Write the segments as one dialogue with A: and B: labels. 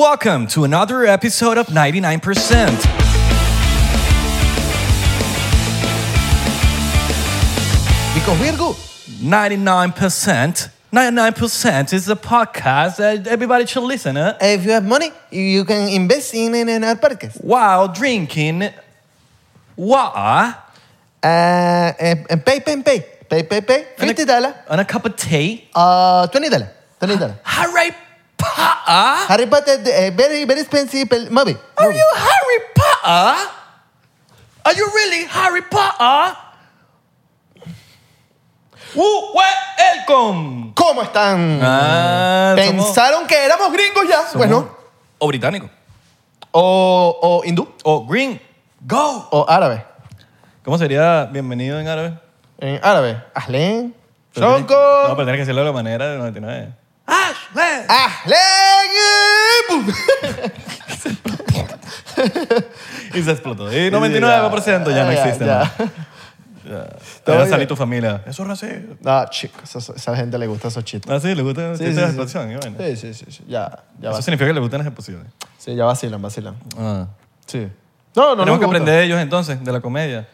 A: Welcome to another episode of 99%.
B: Because Virgo,
A: 99%. 99% is a podcast that everybody should listen uh, to
B: if you have money, you can invest in another podcast.
A: while drinking water
B: Uh, and, and pay, pay, pay, pay, pay, pay,
A: and
B: fifty dollar,
A: a, and a cup of tea.
B: uh, twenty dollar, twenty dollar.
A: Harry Potter?
B: Harry Potter, the, uh, very, very expensive pel- movie.
A: Are you Harry Potter? Are you really Harry Potter? Woo, welcome.
B: ¿Cómo están?
A: Ah, somos-
B: Pensaron que éramos gringos ya. Bueno,
A: O británico. Oh,
B: o, o hindú,
A: O green. Go.
B: o árabe.
A: ¿Cómo sería bienvenido en árabe?
B: En árabe, Ahlen,
A: Pero tienes- No,
B: Shonko,
A: pero tienes que hacerlo de la manera del 99. ¡Ashley!
B: Ahlen.
A: Y se explotó. Y 99% ya no existe.
B: Ah, Ya.
A: ¿no? Te
B: Todo
A: va a
B: bien.
A: salir tu familia. Eso es racismo.
B: No, Ah, chicos, esa, esa gente le gusta esos chistes.
A: Ah, sí, le gusta
B: Sí,
A: sí,
B: sí,
A: la
B: sí.
A: explosión. y vaina.
B: Sí, sí, sí, sí. Ya, ya
A: Eso
B: vacilan.
A: significa que le gustan las explosiones.
B: Sí, ya vacilan, vacilan.
A: Ah.
B: Sí. No, no,
A: Tenemos
B: nos
A: que
B: gusta.
A: aprender de ellos entonces, de la comedia.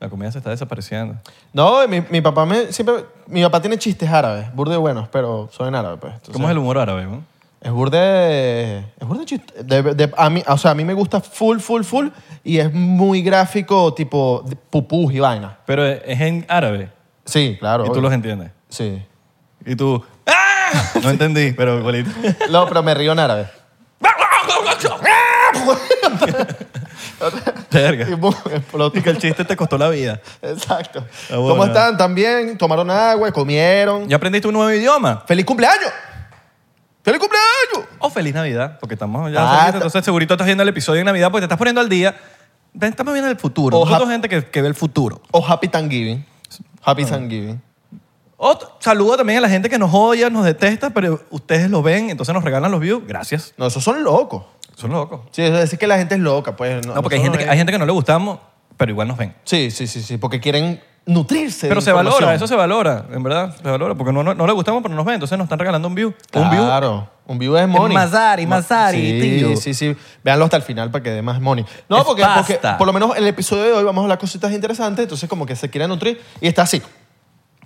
A: La comedia se está desapareciendo.
B: No, mi, mi papá me, siempre. Mi papá tiene chistes árabes, burde buenos, pero son en árabe, pues. Entonces,
A: ¿Cómo es el humor árabe? ¿no?
B: Es burde. Es burde chiste. de- de- a mí, o sea, a mí me gusta full, full, full. Y es muy gráfico, tipo de pupús y vaina.
A: Pero es en árabe
B: Sí, claro.
A: y tú
B: obvio.
A: los entiendes.
B: Sí.
A: Y tú... ¡Ah! No entendí, pero igualito.
B: No, pero me río en árabe.
A: Verga.
B: Y pum, explotó.
A: Y que el chiste te costó la vida.
B: Exacto.
A: Ah, bueno.
B: ¿Cómo están? ¿Están bien? ¿Tomaron agua? ¿Comieron?
A: ¿Ya aprendiste un nuevo idioma?
B: ¡Feliz cumpleaños! ¡Feliz cumpleaños!
A: O feliz Navidad, porque estamos ya
B: Ah,
A: cerquita,
B: está-
A: entonces segurito estás viendo el episodio de Navidad porque te estás poniendo al día. Te- Estamos viendo el futuro.
B: Oja-
A: Nosotros gente que, que ve el futuro.
B: O Happy Thanksgiving. Happy Thanksgiving.
A: O t- Oh, saludo también a la gente que nos odia, nos detesta, pero ustedes lo ven, entonces nos regalan los views. Gracias.
B: No, esos son locos.
A: Son locos.
B: Sí, es decir que la gente es loca, pues.
A: No, porque hay gente, que, hay gente que no le gustamos, pero igual nos ven.
B: Sí, sí, sí, sí, porque quieren nutrirse. de
A: Pero se
B: información.
A: valora, eso se valora, en verdad, se valora, porque no, no, no le gustamos, pero nos ven, entonces nos están regalando un view. Un view
B: Claro, un view es money.
A: Mazari,
B: Ma-
A: Mazari,
B: sí,
A: tío.
B: Sí, sí, Véanlo hasta el final para que dé más money. No,
A: Es
B: porque,
A: pasta.
B: porque por lo menos el episodio de hoy vamos a hablar cositas interesantes, entonces como que se quiere nutrir y está así.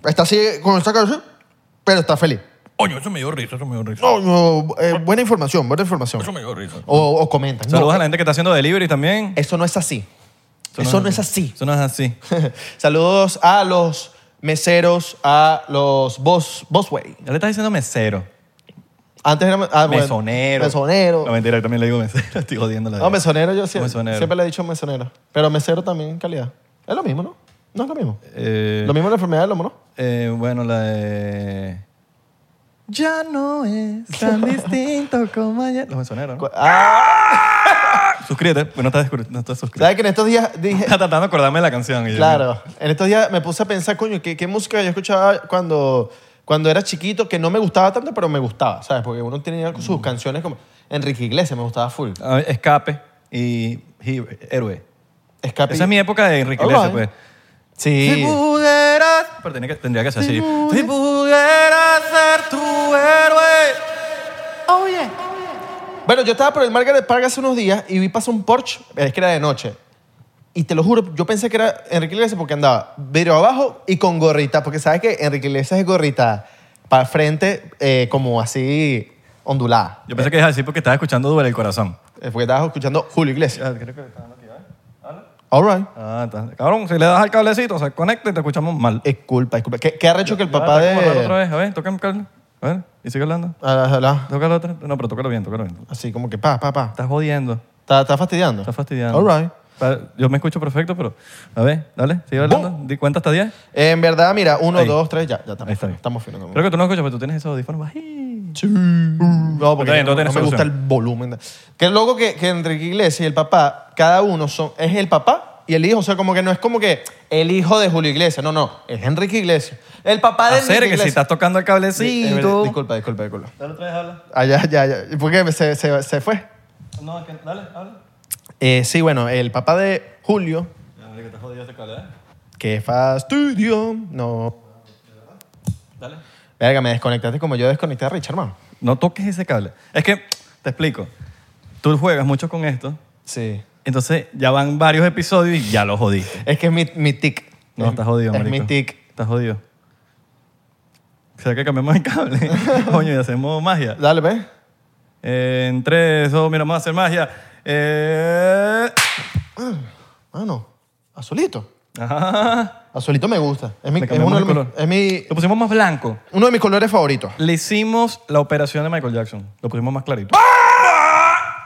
B: Está así con esta canción, pero está feliz.
A: Oye, eso me dio risa, eso me dio risa.
B: No, no, eh, buena información, buena información.
A: me dio risa.
B: O, o comentan. no, eh,
A: Saludos a la gente que está haciendo delivery también.
B: Eso no es así. Eso no es así.
A: Eso no es así.
B: Saludos a los meseros, a los boss, bossway.
A: Ya le estás diciendo mesero.
B: Antes era ah, bueno,
A: Mesonero.
B: mesonero.
A: No, mentira, yo también le digo mesero. Estoy jodiendo la
B: No, mesonero yo siempre,
A: Mesonero.
B: siempre le he dicho mesonero. Pero mesero también en calidad. Es lo mismo, ¿no? No es lo mismo.
A: Eh,
B: Lo mismo la enfermedad del lomo, ¿no?
A: eh, bueno, la de... Ya no es tan distinto como ayer. Los mesoneros, ¿no?
B: Cu- Ah,
A: Suscríbete, pues no estás, descubri- no estás suscrito.
B: ¿Sabes que en estos días dije...
A: Estaba tratando de acordarme de la canción. y yo,
B: Claro. En estos días me puse a pensar, coño, ¿qué, qué música yo escuchaba cuando, cuando era chiquito que no me gustaba tanto, pero me gustaba, ¿sabes? Porque uno tenía sus canciones como... Enrique Iglesias me gustaba full.
A: A ver, Escape y Hero- Héroe.
B: Escape.
A: Esa es mi época de Enrique Iglesias, pues.
B: Alright. Sí.
A: pudieras... Pero tenía que- tendría que ser así.
B: Si pude-
A: Si pudieras ser tu héroe...
B: Bueno, yo estaba por el Margaret Park hace unos días y vi pasar un Porsche, es que era de noche. Y te lo juro, yo pensé que era Enrique Iglesias porque andaba vidrio abajo y con gorrita, porque sabes que Enrique Iglesias es gorrita para frente, eh, como así ondulada.
A: Yo pensé que es así porque estaba escuchando Duele el Corazón.
B: Eh, Porque estabas escuchando Julio Iglesias.
A: Ah, creo que está dando aquí, ¿vale?
B: All right.
A: Ah, está. Cabrón, si le das al cablecito, se conecta y te escuchamos mal.
B: Es culpa, es culpa. ¿Qué, qué arrecho que el
A: Ya,
B: papá
A: está como raro Otra
B: de.
A: vez. A ver, toca el cable. A ver, y sigue hablando.
B: Ah, ah, ah,
A: Tócalo otra. No, pero tócalo bien, tócalo bien.
B: Así como que pa, pa, pa.
A: Estás jodiendo,
B: Está, está fastidiando.
A: estás fastidiando.
B: All right.
A: Pa- Yo me escucho perfecto, pero... A ver, dale, sigue hablando. Di cuenta hasta 10.
B: En verdad, mira, uno,
A: Ahí.
B: dos, tres, ya, ya estamos.
A: Ahí está bien.
B: Estamos finos. estamos
A: Creo que tú no escuchas, pero tú tienes esos audífonos bajitos.
B: No, porque
A: Está bien, todo
B: no,
A: tiene
B: no me gusta el
A: solución.
B: volumen. Qué loco que, que Enrique Iglesias y el papá, cada uno son, es el papá y el hijo. O sea, como que no es como que el hijo de Julio Iglesias. No, no, es Enrique Iglesias. El papá de Enrique
A: Acérquese, si
B: Iglesias.
A: estás tocando el
B: Eh, eh,
A: cablecito.
B: Disculpa, disculpa, disculpa.
A: Dale otra vez, habla.
B: Allá, ya, ya. ¿Y ¿Por qué se, se- se fue?
A: No, es que... Dale, habla.
B: Eh, sí, bueno, el papá de Julio,
A: Ya, que estás jodido ese cable, ¿eh?
B: que fastidio. No.
A: Dale.
B: Verga, me desconectaste como yo desconecté a Richard, hermano.
A: No toques ese cable. Es que, te explico. tú juegas mucho con esto,
B: Sí.
A: entonces ya van varios episodios y ya lo jodiste.
B: Es que es mi, mi tic.
A: No,
B: Es-
A: estás jodido,
B: Es
A: marico.
B: mi tic.
A: Estás jodido. ¿Será que cambiamos el cable? Coño, y hacemos magia.
B: Dale, ve.
A: Eh, en tres, dos, mira, vamos a hacer magia. Eh...
B: Mano, azulito.
A: Ajá.
B: Azulito me gusta. Es, mi,
A: Le
B: es uno,
A: cambiamos
B: de
A: el
B: mis,
A: color.
B: es mi-
A: Lo pusimos más blanco.
B: uno de mis colores favoritos.
A: Le hicimos la operación de Michael Jackson. Lo pusimos más clarito.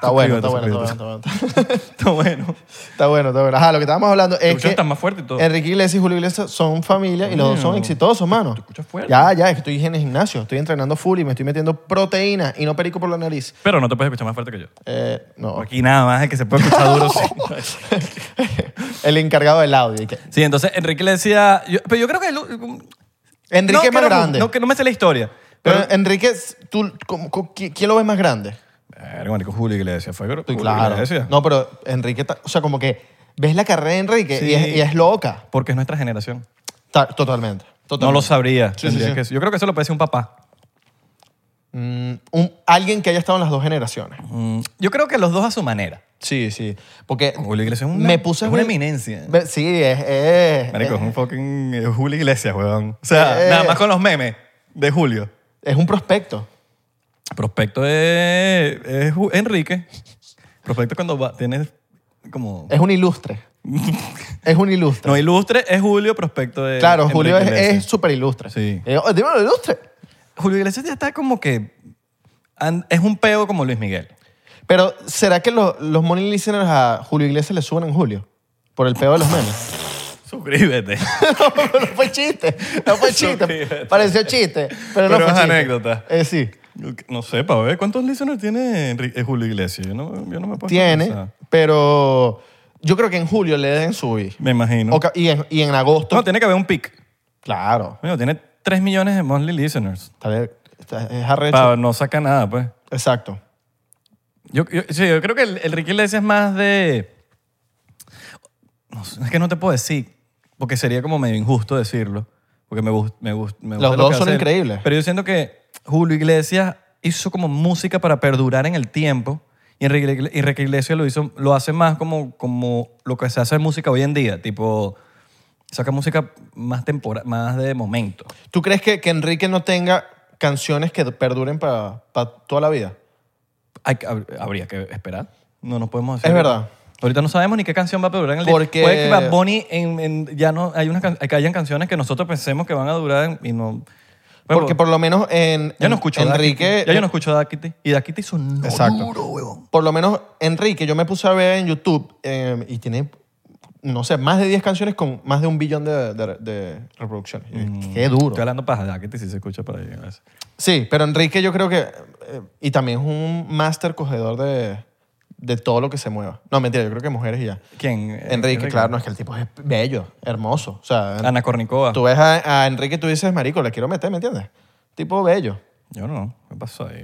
B: Está bueno, está bueno,
A: Suscríbete,
B: está bueno, está bueno.
A: Está bueno.
B: Está bueno, está bueno. Ajá, lo que estábamos hablando es
A: Escucha,
B: que
A: está más fuerte y todo.
B: Enrique Iglesias y Julio Iglesias son familia y los dos son
A: Coño.
B: exitosos, mano.
A: Te escuchas fuerte.
B: Ya, ya, es que estoy en el gimnasio, estoy entrenando full y me estoy metiendo proteína y no perico por la nariz.
A: Pero no te puedes escuchar más fuerte que yo.
B: Eh, no,
A: Aquí nada más es que se puede escuchar duro. sí.
B: el encargado del audio. y que-
A: Sí, entonces Enrique Iglesias... yo- pero yo creo que... el-
B: Enrique
A: no,
B: es más
A: creo-
B: grande.
A: No, que no me sé la historia.
B: pero, eh,
A: Pero...
B: Enrique, tú, ¿cómo- cómo- qui- ¿quién lo ves más grande?
A: Verga, Eh, marico, Julio Iglesias. Fue Julio
B: Tú, claro.
A: Iglesias.
B: No, pero Enrique, ta- o sea, como que ves la carrera de Enrique
A: Sí.
B: y, es, y es loca.
A: Porque es nuestra generación.
B: Ta- totalmente, totalmente.
A: No lo sabría.
B: Sí, sí,
A: Tendría
B: sí.
A: que- yo creo que eso lo puede decir un papá.
B: Mm, un- alguien que haya estado en las dos generaciones.
A: Mm, Yo creo que los dos a su manera.
B: Sí, sí. Porque
A: Julio Iglesias es una,
B: me puse
A: es una
B: a ver-
A: eminencia.
B: Ve- Sí, es. es-
A: Marico,
B: es,
A: es un fucking eh, Julio Iglesias, weón. O sea,
B: Eh.
A: nada más con los memes de Julio.
B: es un prospecto.
A: Prospecto es, es Ju- Enrique. Prospecto cuando va- tienes como...
B: Es un ilustre. es un ilustre.
A: No, ilustre es Julio, prospecto es
B: claro,
A: Enrique
B: Julio
A: Iglesias.
B: es súper ilustre.
A: Sí.
B: dímelo, ilustre.
A: Julio Iglesias ya está como que... an- es un peo como Luis Miguel.
B: Pero, ¿será que los, los money listeners a Julio Iglesias le suben en Julio? Por el pedo de los memes.
A: Suscríbete.
B: no, no fue chiste. No fue chiste.
A: Suscríbete.
B: Pareció chiste, pero no
A: Pero es
B: fue chiste.
A: anécdota. Pues
B: Eh, sí.
A: No sé, para ver cuántos listeners tiene Enri- eh, Julio Iglesias. Yo no, yo no me puedo
B: Tiene, pero yo creo que en julio le deben subir.
A: Me imagino.
B: O ca- y, en, y en agosto.
A: No, tiene que haber un pic.
B: Claro.
A: Bueno, tiene 3 millones de monthly listeners.
B: Está de- está- es arrecho.
A: Pa- no saca nada, pues.
B: Exacto.
A: Yo, yo- sí, yo creo que el, el Ricky Iglesias es más de... No sé, es que no te puedo decir, porque sería como medio injusto decirlo, porque me, gust- me, gust- me gusta
B: Los
A: lo
B: dos
A: que
B: son
A: hace él.
B: increíbles.
A: Pero yo siento que Julio Iglesias hizo como música para perdurar en el tiempo y Enrique Igle- y Enrique Iglesias lo, hizo, lo hace más como, como lo que se hace en música hoy en día, tipo saca música más, tempora- más de momento.
B: ¿Tú crees que, que Enrique no tenga canciones que perduren para toda la vida?
A: Hay que- hab- habría que esperar. No nos podemos decir.
B: Es verdad.
A: Ahorita no sabemos ni qué canción va a durar en el
B: Porque-
A: día. Puede que Bad Bunny en- en- ya no hay unas can- que hayan canciones que nosotros pensemos que van a durar en- y no. Pues,
B: Porque por lo menos en,
A: ya no
B: en-
A: escucho a Da
B: Enrique...
A: Kitty. Ya yo no escucho a Da Kitty. Y Da Kitty sonó
B: Exacto.
A: duro, huevón.
B: Por lo menos Enrique, yo me puse a ver en YouTube eh, y tiene, no sé, más de 10 canciones con más de un billón de, de- de reproducciones. Y- Qué duro.
A: Estoy hablando paja. Da Kitty sí se escucha para ahí. a veces.
B: Sí, pero Enrique yo creo que... eh, y también es un máster cogedor de, de todo lo que se mueva. No, mentira, yo creo que mujeres y ya.
A: ¿Quién? Eh,
B: Enrique, claro, no, es que el tipo es bello, hermoso. O sea,
A: Ana Kornikova.
B: Tú ves a, a Enrique y tú dices, marico, le quiero meter, ¿me entiendes? Tipo bello.
A: Yo no. ¿Qué pasó ahí?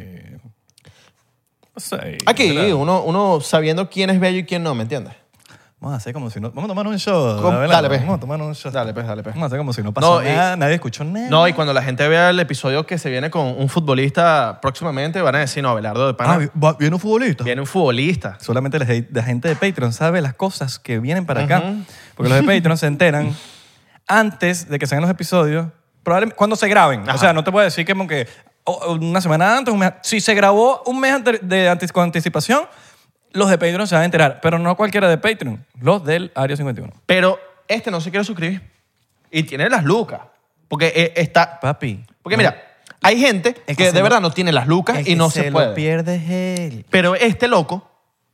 A: ¿Qué pasó ahí?
B: Aquí,
A: Mira,
B: uno, uno sabiendo quién es bello y quién no, ¿me entiendes?
A: Vamos a hacer como si no. Vamos a tomar un shot.
B: Com-
A: Abelardo.
B: dale, ve.
A: Vamos a tomar un shot.
B: Dale, pues, dale, pues.
A: Vamos a hacer como si no
B: No,
A: pasó
B: y-
A: nada. Nadie escuchó nada.
B: No, y cuando la gente vea el episodio que se viene con un futbolista próximamente, van a decir, no, Belardo de Pana,
A: Ah, vi- va- viene un futbolista.
B: viene un futbolista.
A: Solamente la, gente- la gente de Patreon sabe las cosas que vienen para acá. Porque los de Patreon se enteran antes de que salgan los episodios, probablemente cuando se graben. O sea, no te puedo decir que como que o- una semana antes, un mes- si se grabó un mes ante- de, antes, con anticipación, los de Patreon se van a enterar. Pero no cualquiera de Patreon, los del Área 51.
B: Pero este no se quiere suscribir. Y tiene las lucas. Porque eh, está...
A: Papi.
B: Porque mira, hay gente
A: Es que
B: que
A: se
B: de
A: lo-
B: verdad no tiene las lucas y no se puede.
A: pierde él.
B: Pero este loco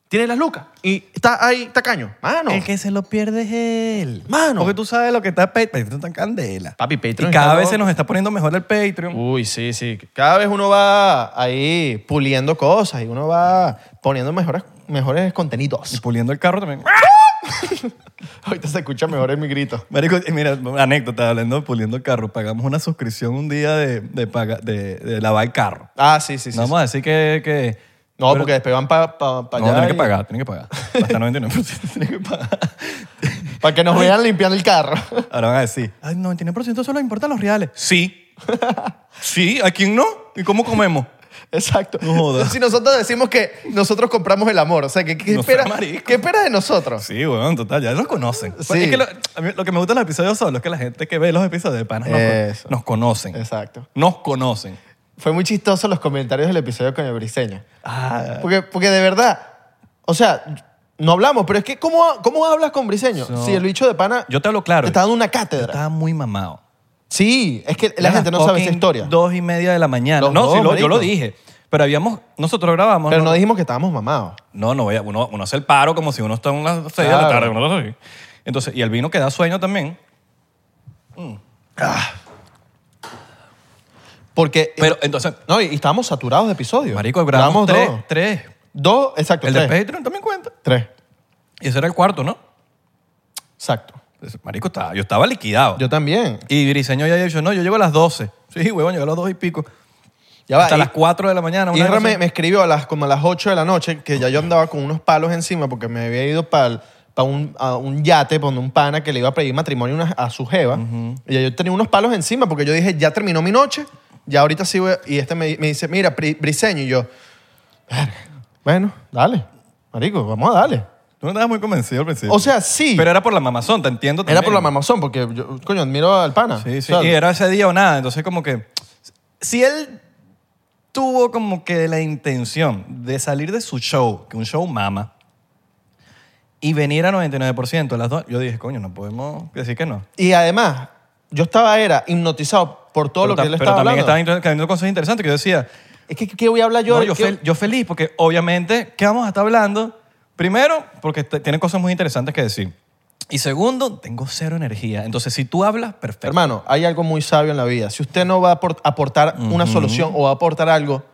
B: tiene las lucas y está ahí tacaño. Mano.
A: El que se lo pierde es él.
B: Mano.
A: Porque tú sabes lo que está Patreon. Patreon está en candela.
B: Papi, Patreon
A: Y cada
B: está
A: vez
B: loco.
A: se nos está poniendo mejor el Patreon.
B: Uy, sí, sí. Cada vez uno va ahí puliendo cosas y uno va poniendo mejores, mejores
A: Y
B: contenidos.
A: puliendo el carro también.
B: Ahorita se escucha mejor en mi grito.
A: Marico, eh, mira, anécdota, hablando de puliendo el carro. Pagamos una suscripción un día de, de, paga- de, de lavar el carro.
B: Ah, sí, sí, sí.
A: no
B: sí.
A: vamos a decir que... que
B: No, porque después van para pa, pa
A: no,
B: allá
A: tienen que
B: y-
A: pagar, tienen que pagar. Hasta 99% tienen que pagar.
B: Para que nos vean limpiando el carro.
A: Ahora van a decir, ay, 99% solo importan los reales. Sí. Sí, ¿a quién no? ¿Y cómo comemos?
B: Exacto.
A: No jodas.
B: Si nosotros decimos que nosotros compramos el amor, o sea, ¿qué, qué
A: No
B: espera,
A: sea marico.
B: ¿qué espera de nosotros?
A: Sí, weón, total, ya los conocen. Pues,
B: Sí.
A: Es que lo, a mí lo que me gusta de los episodios solo es que la gente que ve los episodios de panas nos,
B: Eso.
A: nos conocen.
B: Exacto.
A: Nos conocen.
B: Fue muy chistoso los comentarios del episodio con el briseño.
A: Ah,
B: Porque, porque de verdad, o sea, no hablamos, pero es que ¿cómo, cómo hablas con briseño?
A: No.
B: Si el bicho de pana
A: yo te hablo claro.
B: te está dando una
A: Yo
B: cátedra.
A: estaba muy mamado.
B: Sí, es que la
A: Eran
B: gente
A: las
B: no sabe esa
A: fucking
B: historia.
A: Dos y media de la mañana.
B: Los
A: no,
B: dos,
A: sí, lo- yo
B: marico.
A: lo dije. Pero habíamos, nosotros grabamos.
B: Pero no dijimos que estábamos mamados.
A: No, no, vaya, uno, uno hace el paro como si uno está en las 6 de la
B: Claro.
A: tarde. uno está así. Entonces, y el vino que da sueño también. Mm.
B: Ah. Porque.
A: Pero entonces,
B: no, y, y estábamos saturados de episodios.
A: marico, grabamos tres,
B: dos.
A: tres.
B: Dos, exacto.
A: El de
B: tres.
A: Patreon también cuenta.
B: Tres.
A: Y ese era el cuarto, ¿no?
B: Exacto.
A: Entonces, Marico, estaba, yo estaba liquidado.
B: Yo también.
A: Y Briseño ya había dicho, no, yo llego a las 12. Sí, huevón, llego a las 2 y pico.
B: Ya va,
A: Hasta
B: y-
A: las 4 de la mañana. una
B: Isra
A: cosa
B: me,
A: así.
B: me escribió a las, como a las 8 de la noche que ya yo andaba con unos palos encima porque me había ido para un, a un yate con un pana que le iba a pedir matrimonio a una- a su jeva. Y ya yo tenía unos palos encima porque yo dije, ya terminó mi noche, ya ahorita sí voy. a-". Y este me, me dice, mira, Pri- Briseño. Y yo, "Verga, bueno, dale, marico, vamos a darle.
A: Tú no estabas muy convencido al principio.
B: O sea, sí,
A: Pero era por la mamazón, te entiendo
B: era por la
A: también.
B: mamazón porque yo, coño, admiro al pana.
A: Sí, sí.
B: O sea,
A: y era ese día o nada. Entonces, como que. Si él tuvo como que la intención de salir de su show, que un show mama, y venir a 99% a las dos, yo dije, coño, no podemos decir que no.
B: y además, yo estaba era hipnotizado por todo
A: pero
B: lo que
A: ta-
B: él
A: pero
B: estaba
A: también
B: hablando.
A: estaban inter- cayendo cosas interesantes que yo decía,
B: Es que, ¿qué voy a hablar yo?
A: no, yo,
B: ¿Qué-
A: fel- yo feliz porque obviamente, ¿qué vamos a estar hablando? Primero, porque te- tienen cosas muy interesantes que decir. Y segundo, tengo cero energía. Entonces, si tú hablas, perfecto.
B: Hermano, hay algo muy sabio en la vida. Si usted no va a aport- aportar una solución o va a aportar algo,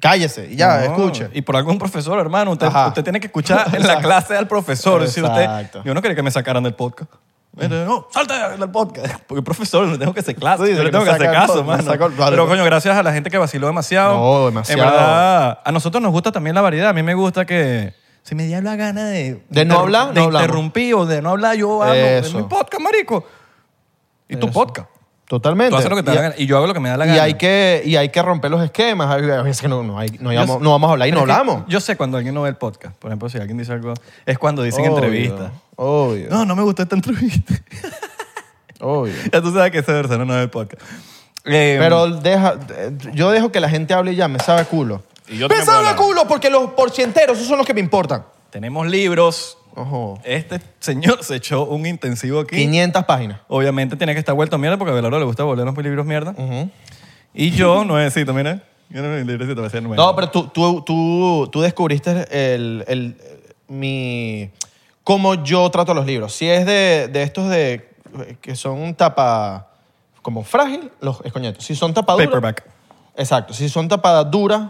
B: cállese y ya,
A: No,
B: escuche.
A: Y por algo un profesor, hermano. Usted,
B: Ajá.
A: usted tiene que escuchar en la
B: Exacto.
A: clase al profesor. Si usted,
B: Exacto.
A: yo no quería que me sacaran del podcast. Entonces, no, salte del podcast. Porque profesor, no tengo que hacer clase.
B: Sí,
A: yo
B: se
A: le
B: le
A: tengo que hacer
B: saca el
A: caso,
B: podcast,
A: mano.
B: le saca el- vale,
A: Pero
B: pues.
A: coño, gracias a la gente que vaciló demasiado.
B: No, demasiado.
A: En verdad, a nosotros nos gusta también la variedad. A mí me gusta que si me diera la gana de...
B: De no
A: interru-
B: hablar,
A: De
B: no hablamos.
A: interrumpir o de no hablar, yo hablo. Es
B: Eso.
A: mi podcast, marico. Y tu podcast.
B: Totalmente.
A: Tú haces lo que te
B: y,
A: da la gana. Y yo hago lo que me da la
B: y
A: gana.
B: hay que, y hay que romper los esquemas. Hay- Es que no, no hay- no, llamamos- no vamos a hablar y no
A: Pero es que
B: hablamos.
A: Yo sé cuando alguien no ve el podcast. Por ejemplo, si alguien dice algo, es cuando dicen
B: Obvio,
A: entrevistas.
B: Obvio.
A: No, no me gustó esta entrevista.
B: obvio.
A: ya tú sabes que esa persona no ve el podcast. Eh,
B: Pero deja, eh, yo dejo que la gente hable y ya, me sabe a culo.
A: Y yo
B: me
A: también
B: sabe
A: puedo
B: a culo porque los porcienteros, esos son los que me importan.
A: tenemos libros.
B: Ojo.
A: Este señor se echó un intensivo aquí.
B: 500 páginas.
A: Obviamente tiene que estar vuelto mierda porque a Veloro le gusta volver los libros mierda. Y yo, nuevecito, mira. Yo no me librecito, va a ser nuevo.
B: No, pero tú, tú, tú, tú descubriste el, el- mi, cómo yo trato los libros. Si es de, de estos de, que son tapa como frágil, los escoñetos. Si son tapaduras.
A: Paperback.
B: Exacto. Si son tapaduras,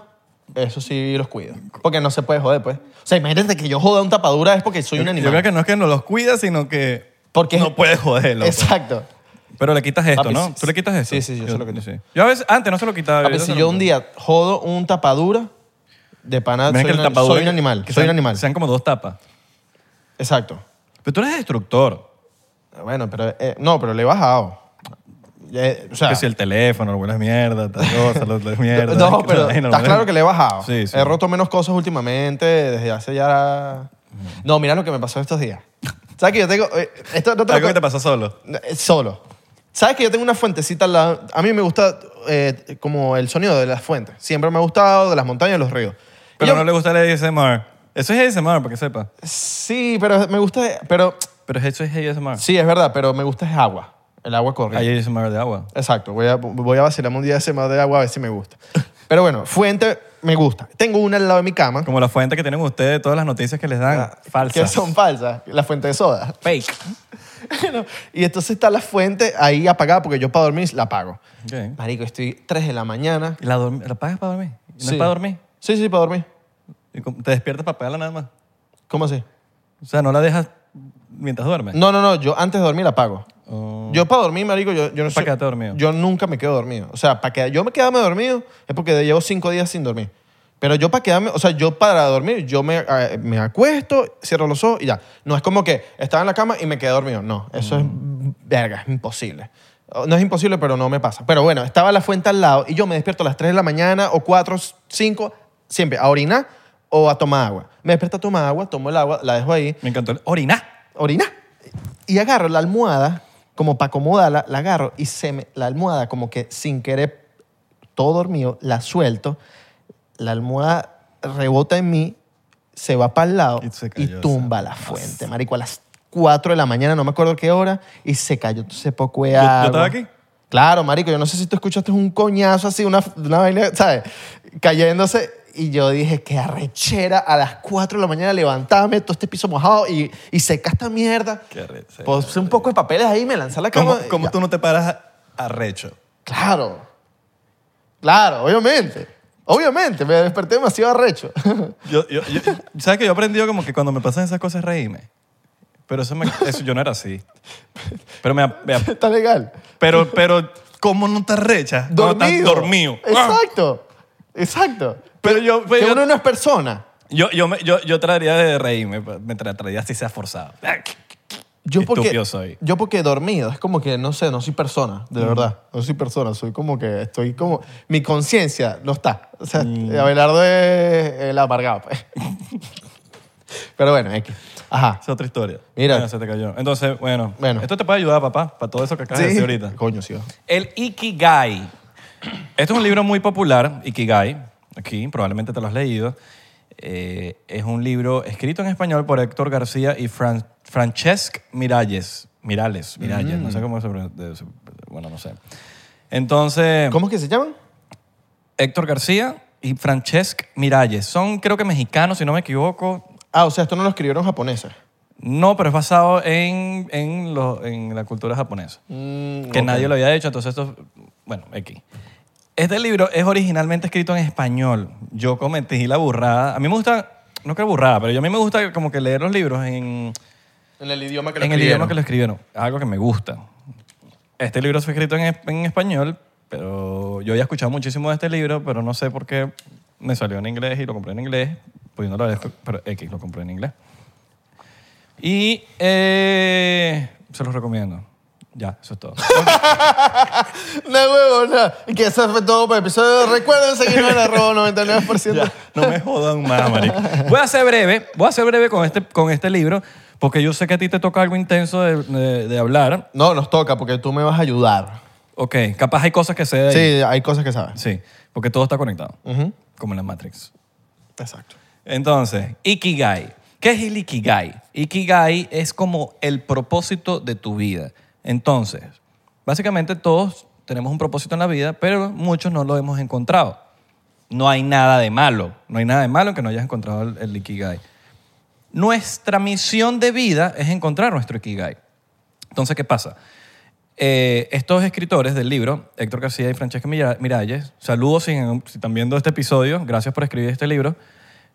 B: eso sí los cuido. Porque no se puede joder, pues. O sea, imagínate que yo joda un tapadura es porque soy un
A: Yo creo
B: animal.
A: que no es que no los cuida, sino que
B: Porque-
A: no puedes joderlo. pues.
B: Exacto.
A: Pero le quitas esto,
B: Papi,
A: ¿no?
B: sí,
A: Tú le quitas esto.
B: sí, sí, yo se lo quito.
A: Yo a veces, antes no se lo quitaba.
B: Papi,
A: ahorita
B: Ah, pues si
A: se lo
B: yo
A: quito.
B: un día jodo un tapadura, de pana
A: Ven
B: Ah, soy,
A: que el
B: una-
A: tapadura-
B: soy un animal.
A: que
B: Soy un
A: sean-
B: animal.
A: Sean como dos tapas.
B: Exacto.
A: Pero tú eres destructor.
B: Bueno, pero eh, no, pero le he bajado. Eh, o sea,
A: que si el teléfono, lo vuelas mierda, tal cosa, lo vuelas mierda.
B: no, pero estás claro que le he bajado.
A: Sí, sí.
B: He roto menos cosas últimamente desde hace ya. No, mira lo que me pasó estos días. ¿Sabes que yo tengo. eh, Esto no te lo
A: Algo que te
B: cu-
A: pasa solo.
B: Eh, Solo. ¿Sabes que yo tengo una fuentecita al lado? A mí me gusta eh, como el sonido de las fuentes. Siempre me ha gustado de las montañas y los ríos. Y
A: Pero
B: yo-
A: no le gusta el ASMR. Eso es ASMR, para que sepa.
B: Sí, pero me gusta. Pero.
A: Pero eso es ASMR.
B: Sí, es verdad, pero me gusta es agua. El agua corriente.
A: Hay ASMR de agua.
B: Exacto, voy a, voy a vacilarme un día de semana de agua a ver si me gusta. Pero bueno, fuente me gusta. Tengo una al lado de mi cama,
A: Como la fuente que tienen ustedes de todas las noticias que les dan. falsas.
B: Ah, que son falsas, la fuente de soda.
A: fake.
B: Bueno, y entonces está la fuente ahí apagada porque yo para dormir la apago. Marico, estoy 3 de la mañana.
A: ¿Y la, dorm- la pagas para dormir? ¿No
B: Sí.
A: es para dormir?
B: Sí, sí, para dormir.
A: ¿Y cómo- ¿Te despiertas para apagarla nada más?
B: ¿Cómo así?
A: O sea, no la dejas mientras duermes.
B: No, no, no, yo antes de dormir la apago.
A: Oh.
B: Yo para dormir, marico, yo, yo no soy-
A: quedarte dormido.
B: Yo nunca me quedo dormido. O sea, para que yo me quedarme dormido es porque llevo cinco días sin dormir. Pero yo para quedarme, o sea, yo para dormir, yo me, eh, me acuesto, cierro los
A: Mm.
B: ojos y ya. No es como que estaba en la cama y me quedé dormido. No, eso es verga, es imposible. No es imposible, pero no me pasa. Pero bueno, estaba la fuente al lado y yo me despierto a las 3 de la mañana o 4, 5, siempre a orinar o a tomar agua. Me despierto a tomar agua, tomo el agua, la dejo ahí,
A: Me encantó. el- Orinar.
B: orinar. Y agarro la almohada, como para acomodarla, la agarro y se me, la almohada como que sin querer, todo dormido, la suelto, la almohada rebota en mí, se va para el lado
A: Y se
B: y,
A: cayó,
B: tumba la fuente, marico, a las 4 de la mañana, no me acuerdo qué hora, y se cayó ese poco de
A: Yo- yo
B: agua.
A: estaba aquí.
B: Claro, marico, yo no sé si tú escuchaste un coñazo así, una, una vaina, ¿sabes? Cayéndose. Y yo dije, qué arrechera, a las 4 de la mañana levantarme, todo este piso mojado y, y seca esta mierda.
A: Qué arrecho.
B: Puse un poco de papeles ahí, me lanzé a la cama.
A: ¿Cómo,
B: y
A: cómo
B: Pues, ya.
A: tú no te paras a- arrecho?
B: Claro. Claro, obviamente. Obviamente, me desperté demasiado arrecho.
A: Yo, yo- yo- ¿Sabes que yo he aprendido como que cuando me pasan esas cosas reírme? Pero eso, me- eso yo no era así. Pero, me, ap- me ap-
B: Está legal.
A: pero, pero ¿cómo no te arrechas? cuando estás
B: Dormido.
A: dormido. Ah.
B: Exacto. Exacto.
A: Pero yo,
B: Que
A: pero yo,
B: uno no es persona.
A: yo, yo, me- yo, yo trataría de reírme, me tra- trataría si sea forzado.
B: Yo porque,
A: Estúpido soy.
B: yo porque dormido, es como que, no sé, no soy persona, de verdad. Mm. No soy persona, soy como que estoy como... Mi conciencia no está. O sea,
A: Mm.
B: Abelardo es el amargado. pues. Pero bueno, X. Ajá.
A: Esa es otra historia.
B: Mira.
A: Bueno, se te cayó. Entonces, bueno,
B: Bueno.
A: esto te puede ayudar, papá, para todo eso que acabas de decir ahorita.
B: Coño, sí. va.
A: El Ikigai. Este es un libro muy popular, Ikigai. Aquí, probablemente te lo has leído. Eh, es un libro escrito en español por Héctor García y Fran- Francesc Miralles. Miralles, Miralles. No sé cómo se pronuncia. de- se- Bueno, no sé. Entonces,
B: ¿Cómo es que se llaman?
A: Héctor García y Francesc Miralles. Son, creo que mexicanos, si no me equivoco.
B: Ah, o sea, esto no lo escribieron japoneses.
A: No, pero es basado en, en, lo- en la cultura japonesa.
B: Mm,
A: que
B: ok.
A: nadie lo había hecho, entonces esto, bueno, aquí. Este libro es originalmente escrito en español. Yo cometí la burrada. A mí me gusta, no que burrada, pero yo a mí me gusta como que leer los libros en,
B: En el idioma que lo
A: en el idioma que lo escribieron. Algo que me gusta. Este libro fue escrito en, es- en español, pero yo había escuchado muchísimo de este libro, pero no sé por qué me salió en inglés y lo compré en inglés. Pues yo no lo había escu- pero X lo compré en inglés. Y eh, se los recomiendo. Ya, eso es todo.
B: No, huevo, no. Y que eso fue todo por el episodio. Recuerden seguirnos en arroba 99%.
A: Ya, no me jodan más, marico. Voy a ser breve, voy a ser breve con este, con este libro, porque yo sé que a ti te toca algo intenso de, de- de hablar.
B: No, nos toca porque tú me vas a ayudar.
A: Ok, capaz hay cosas que se... de ahí.
B: Sí, hay cosas que sabes.
A: Sí, porque todo está conectado,
B: Ujú.
A: como en la Matrix.
B: Exacto.
A: Entonces, Ikigai. ¿Qué es el Ikigai? Ikigai es como el propósito de tu vida. Entonces, básicamente todos tenemos un propósito en la vida, pero muchos no lo hemos encontrado. No hay nada de malo. No hay nada de malo en que no hayas encontrado el, el Ikigai. Nuestra misión de vida es encontrar nuestro Ikigai. Entonces, ¿qué pasa? Eh, estos escritores del libro, Héctor García y Francesca Mira- Miralles, saludos si, si están viendo este episodio, gracias por escribir este libro.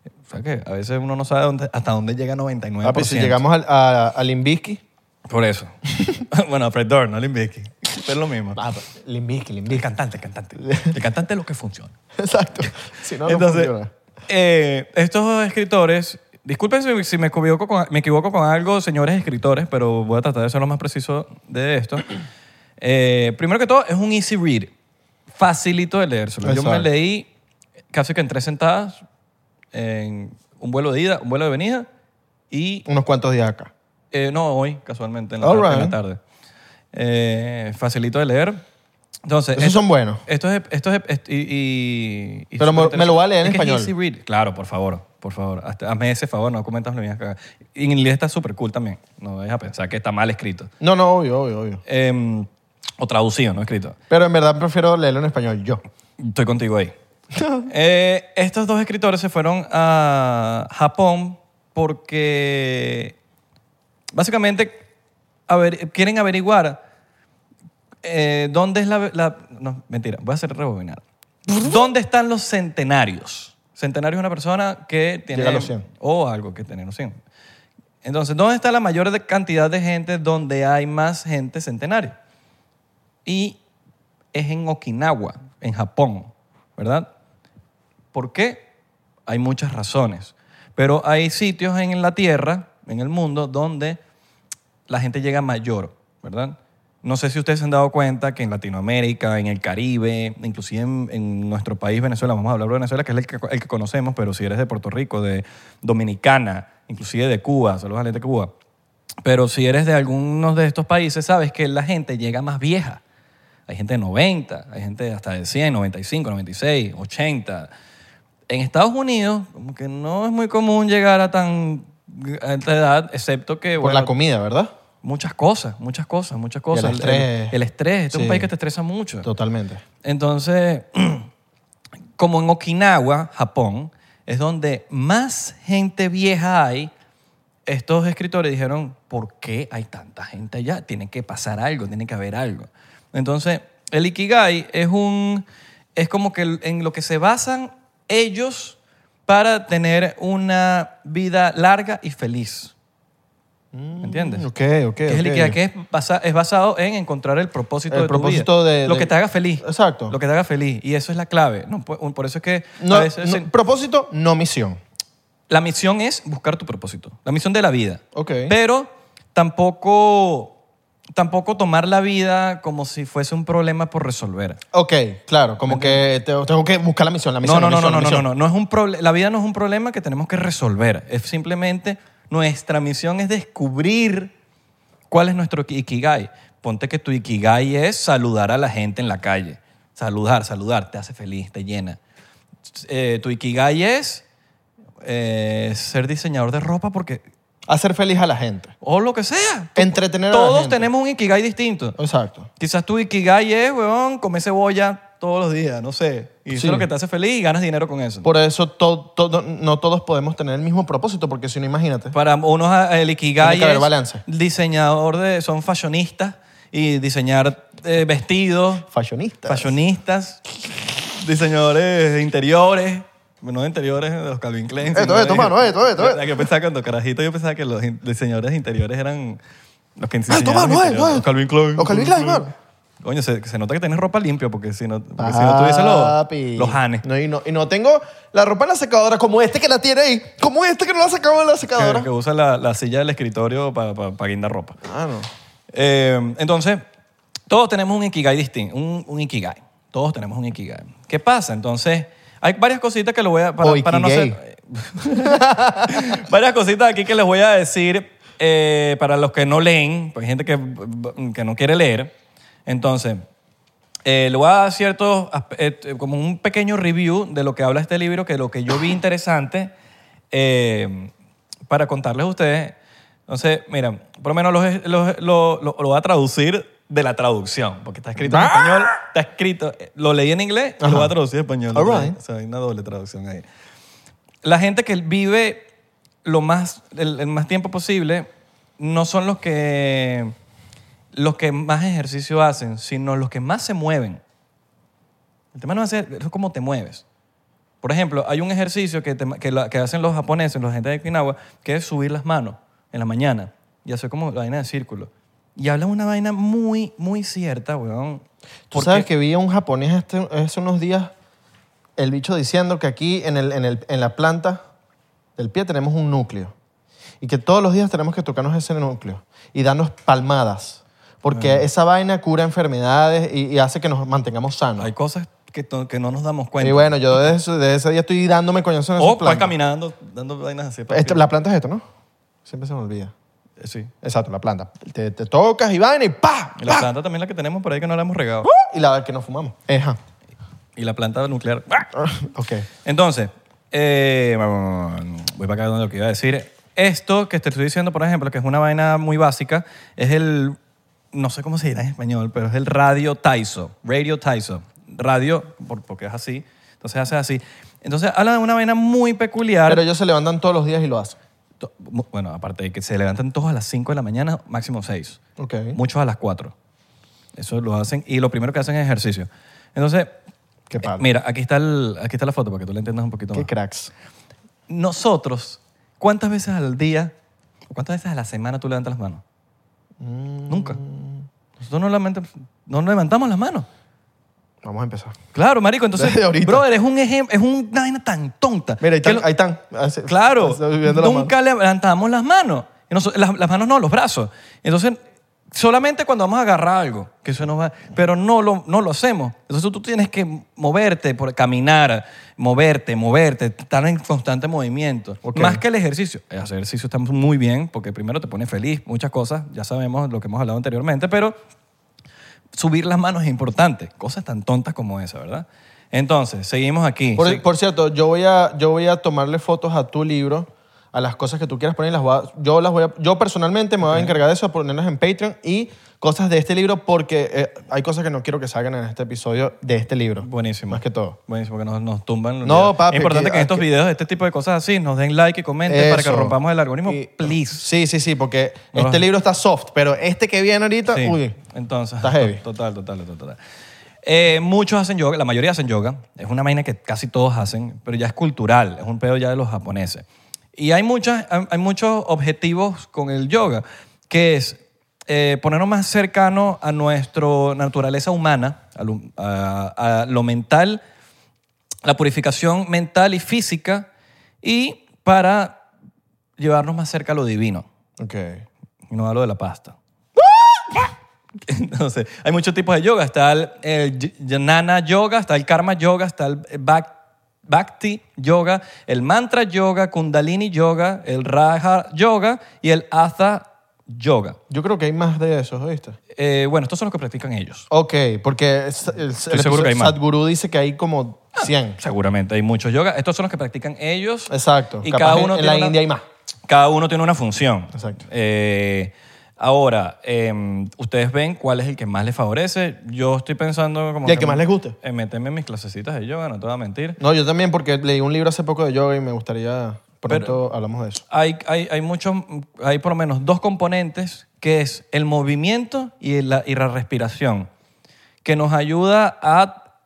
A: O sea que a veces uno no sabe dónde- hasta dónde llega 99%.
B: Ah, pero si llegamos al, a, al Limbisky.
A: Por eso. bueno, a Fred Durr, no Limbisky. Es lo mismo.
B: Ah, Limbisky,
A: El cantante, el cantante. El cantante es lo que funciona.
B: Exacto. Si no, no
A: Entonces,
B: funciona.
A: eh, estos escritores, disculpen si, si me, equivoco con, me equivoco con algo, señores escritores, pero voy a tratar de ser lo más preciso de esto. Eh, primero que todo, es un easy read, facilito de leérselo. Yo me
B: Exacto.
A: leí casi que en tres sentadas, en un vuelo de ida, un vuelo de venida y
B: Unos cuantos días acá.
A: eh, no, hoy, casualmente, en la,
B: All
A: tarde, en la
B: right.
A: tarde. Eh, facilito de leer. Entonces,
B: Esos
A: esto-
B: son buenos.
A: Esto es, esto es, est- y, y- y
B: Pero me-
A: súper
B: me lo voy a leer en
A: Es que es
B: español.
A: easy read. Claro, por favor, por favor. Hasta- hazme ese favor, no comentas lo mío. Y en inglés está súper cool también. No vayas a pensar que está mal escrito.
B: No, no, obvio, obvio, obvio.
A: Em, o traducido, no escrito.
B: Pero en verdad prefiero leerlo en español yo.
A: Estoy contigo ahí. Eh, estos dos escritores se fueron a Japón porque básicamente aver- quieren averiguar eh, dónde es la, la- No, mentira, voy a hacer rebobinar. ¿Dónde están los centenarios? Centenario es una persona que tiene...
B: Llega a los 100.
A: O algo que tiene los 100. Entonces, ¿dónde está la mayor de- cantidad de gente donde hay más gente centenaria? y es en Okinawa, en Japón, ¿verdad? ¿Por qué? Hay muchas razones, pero hay sitios en la Tierra, en el mundo, donde la gente llega mayor, ¿verdad? No sé si ustedes se han dado cuenta que en Latinoamérica, en el Caribe, inclusive en, en nuestro país, Venezuela, vamos a hablar de Venezuela, que es el que, el que conocemos, pero si eres de Puerto Rico, de Dominicana, inclusive de Cuba, saludos a la gente de Cuba, pero si eres de algunos de estos países, sabes que la gente llega más vieja. Hay gente de 90, hay gente hasta de 100, 95, 96, 80. En Estados Unidos, como que no es muy común llegar a tan alta edad, excepto que...
B: Por
A: bueno,
B: la comida, ¿verdad?
A: Muchas cosas, muchas cosas, muchas cosas.
B: el estrés.
A: El, el estrés. Este es
B: Sí.
A: un país que te estresa mucho.
B: Totalmente.
A: Entonces, como en Okinawa, Japón, es donde más gente vieja hay, estos escritores dijeron, ¿por qué hay tanta gente allá? Tiene que pasar algo, tiene que haber algo. Entonces, el Ikigai es un es como que el- en lo que se basan ellos para tener una vida larga y feliz. ¿Me entiendes?
B: Mm, Ok, ok.
A: Que es el
B: ok.
A: Ikigai, que es, basa- es basado en encontrar el propósito
B: El
A: de tu
B: propósito
A: vida.
B: de-
A: lo
B: de-
A: que te haga feliz.
B: Exacto.
A: Lo que te haga feliz. Y eso es la clave. No, por, por eso es que a
B: No,
A: veces
B: no,
A: se-
B: propósito, no misión.
A: la misión es buscar tu propósito. La misión de la vida.
B: Ok.
A: Pero tampoco, tampoco tomar la vida como si fuese un problema por resolver.
B: Ok, claro, como que te- tengo que buscar la misión, la misión.
A: no,
B: la
A: no,
B: misión,
A: no,
B: la
A: no,
B: misión.
A: no, no, no, no es un proble- La vida no es un problema que tenemos que resolver. Es simplemente nuestra misión es descubrir cuál es nuestro ki- ikigai. Ponte que tu ikigai es saludar a la gente en la calle. Saludar, saludar, te hace feliz, te llena. Eh, tu ikigai es eh, ser diseñador de ropa porque
B: Hacer feliz a la gente.
A: o lo que sea.
B: Entretener a la
A: Todos
B: gente.
A: tenemos un ikigai distinto.
B: Exacto.
A: Quizás tu ikigai es, weón, comer cebolla todos los días, no sé. Y eso
B: Sí.
A: es lo que te hace feliz y ganas dinero con eso.
B: Por eso to- todo- no todos podemos tener el mismo propósito, porque si no, imagínate.
A: Para unos a- el
B: Tiene
A: Ikigai
B: que haber
A: es
B: balance.
A: diseñador de son fashionistas y diseñar eh, vestidos,
B: Fashionista.
A: fashionistas, diseñadores de interiores, bueno, de interiores de los Calvin Klein.
B: Esto,
A: sino
B: esto,
A: de-
B: mano, esto, esto, esto.
A: Hay que pensar cuando carajito yo pensaba que los in- diseñadores de interiores eran los que
B: Ah, Esto,
A: diseñaban
B: mano,
A: interiores,
B: esto,
A: los
B: esto.
A: Calvin Klein.
B: Los Calvin Klein, mano.
A: Coño, se, se nota que tenés ropa limpia porque si no, porque si no tuviese
B: Papi.
A: los, los hanes.
B: No, y, no, y no tengo la ropa en la secadora como este que la tiene ahí. Como este que no la sacaba en la secadora.
A: Que, que usa la, la silla del escritorio para guindar ropa.
B: Ah, no.
A: Eh, entonces, todos tenemos un ikigai distinto, un, un ikigai. Todos tenemos un ikigai. ¿Qué pasa? Entonces, hay varias cositas que lo voy a... Para,
B: O
A: para no
B: ikigai.
A: ser- varias cositas aquí que les voy a decir eh, para los que no leen, porque hay gente que, que no quiere leer. Entonces, eh, le voy a dar ciertos, aspe- eh, como un pequeño review de lo que habla este libro, que lo que yo vi interesante eh, para contarles a ustedes. Entonces, mira, por lo menos los- los- lo, lo- lo voy a traducir de la traducción, porque está escrito en español, está escrito, eh, lo leí en inglés y lo voy a traducir en español.
B: All right.
A: O sea, hay una doble traducción ahí la gente que vive lo más, el, el más tiempo posible no son los que, los que más ejercicio hacen, sino los que más se mueven. El tema no es, hacer, es cómo te mueves. Por ejemplo, hay un ejercicio que, te- que la- que hacen los japoneses, la gente de Okinawa, que es subir las manos en la mañana y hacer como la vaina de círculo. Y hablan una vaina muy, muy cierta, weón.
B: Tú sabes que vi a un japonés este- hace unos días, el bicho diciendo que aquí en, el- en el- en la planta del pie tenemos un núcleo y que todos los días tenemos que tocarnos ese núcleo y darnos palmadas. Porque esa vaina cura enfermedades y, y hace que nos mantengamos sanos.
A: hay cosas que, to- que no nos damos cuenta.
B: y bueno, yo desde, ese- desde ese día estoy dándome coñazo en esa
A: o vas
B: planta.
A: caminando, dando vainas así. para
B: Este-
A: arriba.
B: la planta es esto, ¿no? Siempre se me olvida.
A: Eh, Sí.
B: Exacto, la planta. Te, te tocas y vaina y ¡pa!
A: Y
B: ¡pa!
A: la planta también la que tenemos por ahí que no la hemos regado.
B: Y la que nos fumamos. Eja.
A: Y la planta nuclear. ¡Ah!
B: Ok.
A: Entonces, eh, voy para acá donde lo que iba a decir. Esto que te estoy diciendo, por ejemplo, que es una vaina muy básica, es el, no sé cómo se dirá en español, pero es el radio Taiso. Radio Taiso. Radio, por- porque es así. Entonces hace así. Entonces habla de una vaina muy peculiar.
B: Pero ellos se levantan todos los días y lo hacen.
A: To- mu- Bueno, aparte de que se levantan todos a las 5 de la mañana, máximo 6.
B: Ok.
A: Muchos a las 4. Eso lo hacen y lo primero que hacen es ejercicio. Entonces,
B: Qué
A: eh,
B: padre.
A: mira, aquí está, el- aquí está la foto para que tú la entiendas un poquito
B: Qué
A: más.
B: cracks.
A: Nosotros, ¿cuántas veces al día o cuántas veces a la semana tú levantas las manos?
B: Mm,
A: Nunca. Nosotros no, levanta- no levantamos las manos.
B: Vamos a empezar.
A: Claro, marico. Entonces,
B: Desde ahorita.
A: brother, es, un ejem- es una vaina tan tonta.
B: Mira, ahí
A: que
B: están.
A: lo-
B: Ahí están. Así-
A: Claro,
B: así, viendo la mano.
A: nunca levantamos las manos. Y noso- las, las manos no, los brazos. Entonces, solamente cuando vamos a agarrar algo, que eso nos va, pero no lo, no lo hacemos. Entonces tú tienes que moverte, por, caminar, moverte, moverte, estar en constante movimiento.
B: Ok.
A: Más que el ejercicio. El ejercicio está muy bien porque primero te pone feliz, muchas cosas, ya sabemos lo que hemos hablado anteriormente, pero subir las manos es importante, cosas tan tontas como esa, ¿verdad? Entonces, seguimos aquí.
B: Por,
A: Sí.
B: por cierto, yo voy, a, yo voy a tomarle fotos a tu libro, a las cosas que tú quieras poner. y Las voy a- yo, las voy a- yo personalmente me voy a encargar de eso, a ponerlas en Patreon y cosas de este libro porque eh, hay cosas que no quiero que salgan en este episodio de este libro.
A: Buenísimo.
B: Más que todo.
A: Buenísimo, que nos, nos tumban. los
B: No,
A: videos.
B: papi,
A: Es importante
B: aquí-
A: que, en estos
B: aquí-
A: videos, este tipo de cosas así, nos den like y comenten para que
B: Eso.
A: rompamos el algoritmo.
B: Y-
A: Please.
B: Sí, sí, sí, porque
A: No
B: este
A: lo-
B: libro está soft, pero este que viene ahorita,
A: Sí.
B: uy.
A: Entonces,
B: Está heavy.
A: to- total, total, total. total. Eh, muchos hacen yoga, la mayoría hacen yoga. Es una vaina que casi todos hacen, pero ya es cultural, es un pedo ya de los japoneses. Y hay, muchas, hay hay muchos objetivos con el yoga, que es eh, ponernos más cercano a nuestra naturaleza humana, a lo- a- a lo mental la purificación mental y física y para llevarnos más cerca a lo divino
B: Ok.
A: y no a lo de la pasta. Entonces, hay muchos tipos de yoga. Está el, el y- Jnana Yoga, está el Karma Yoga, está el Bhak- Bhakti Yoga, el Mantra Yoga, Kundalini Yoga, el Raja Yoga y el Atha Yoga.
B: Yo creo que hay más de esos, ¿oíste?
A: Eh, bueno, estos son los que practican ellos.
B: Ok, porque es- el, el
A: seguro que hay más. Ah.
B: Sadhguru dice que hay como 100.
A: Seguramente hay muchos yoga. Estos son los que practican ellos.
B: Exacto.
A: Y
B: Capaz
A: cada
B: en-
A: uno
B: en
A: tiene
B: la
A: una-
B: India hay más.
A: Cada uno tiene una función.
B: Exacto.
A: Eh, ahora, em, ustedes ven cuál es el que más les favorece. Yo estoy pensando como...
B: Y el que más les guste.
A: En meterme en mis clasecitas de yoga, no te voy a mentir.
B: No, yo también porque leí un libro hace poco de yoga y me gustaría pronto hablamos de eso.
A: Hay, hay, hay muchos, hay por lo menos dos componentes, que es el movimiento y la, y la respiración, que nos ayuda a,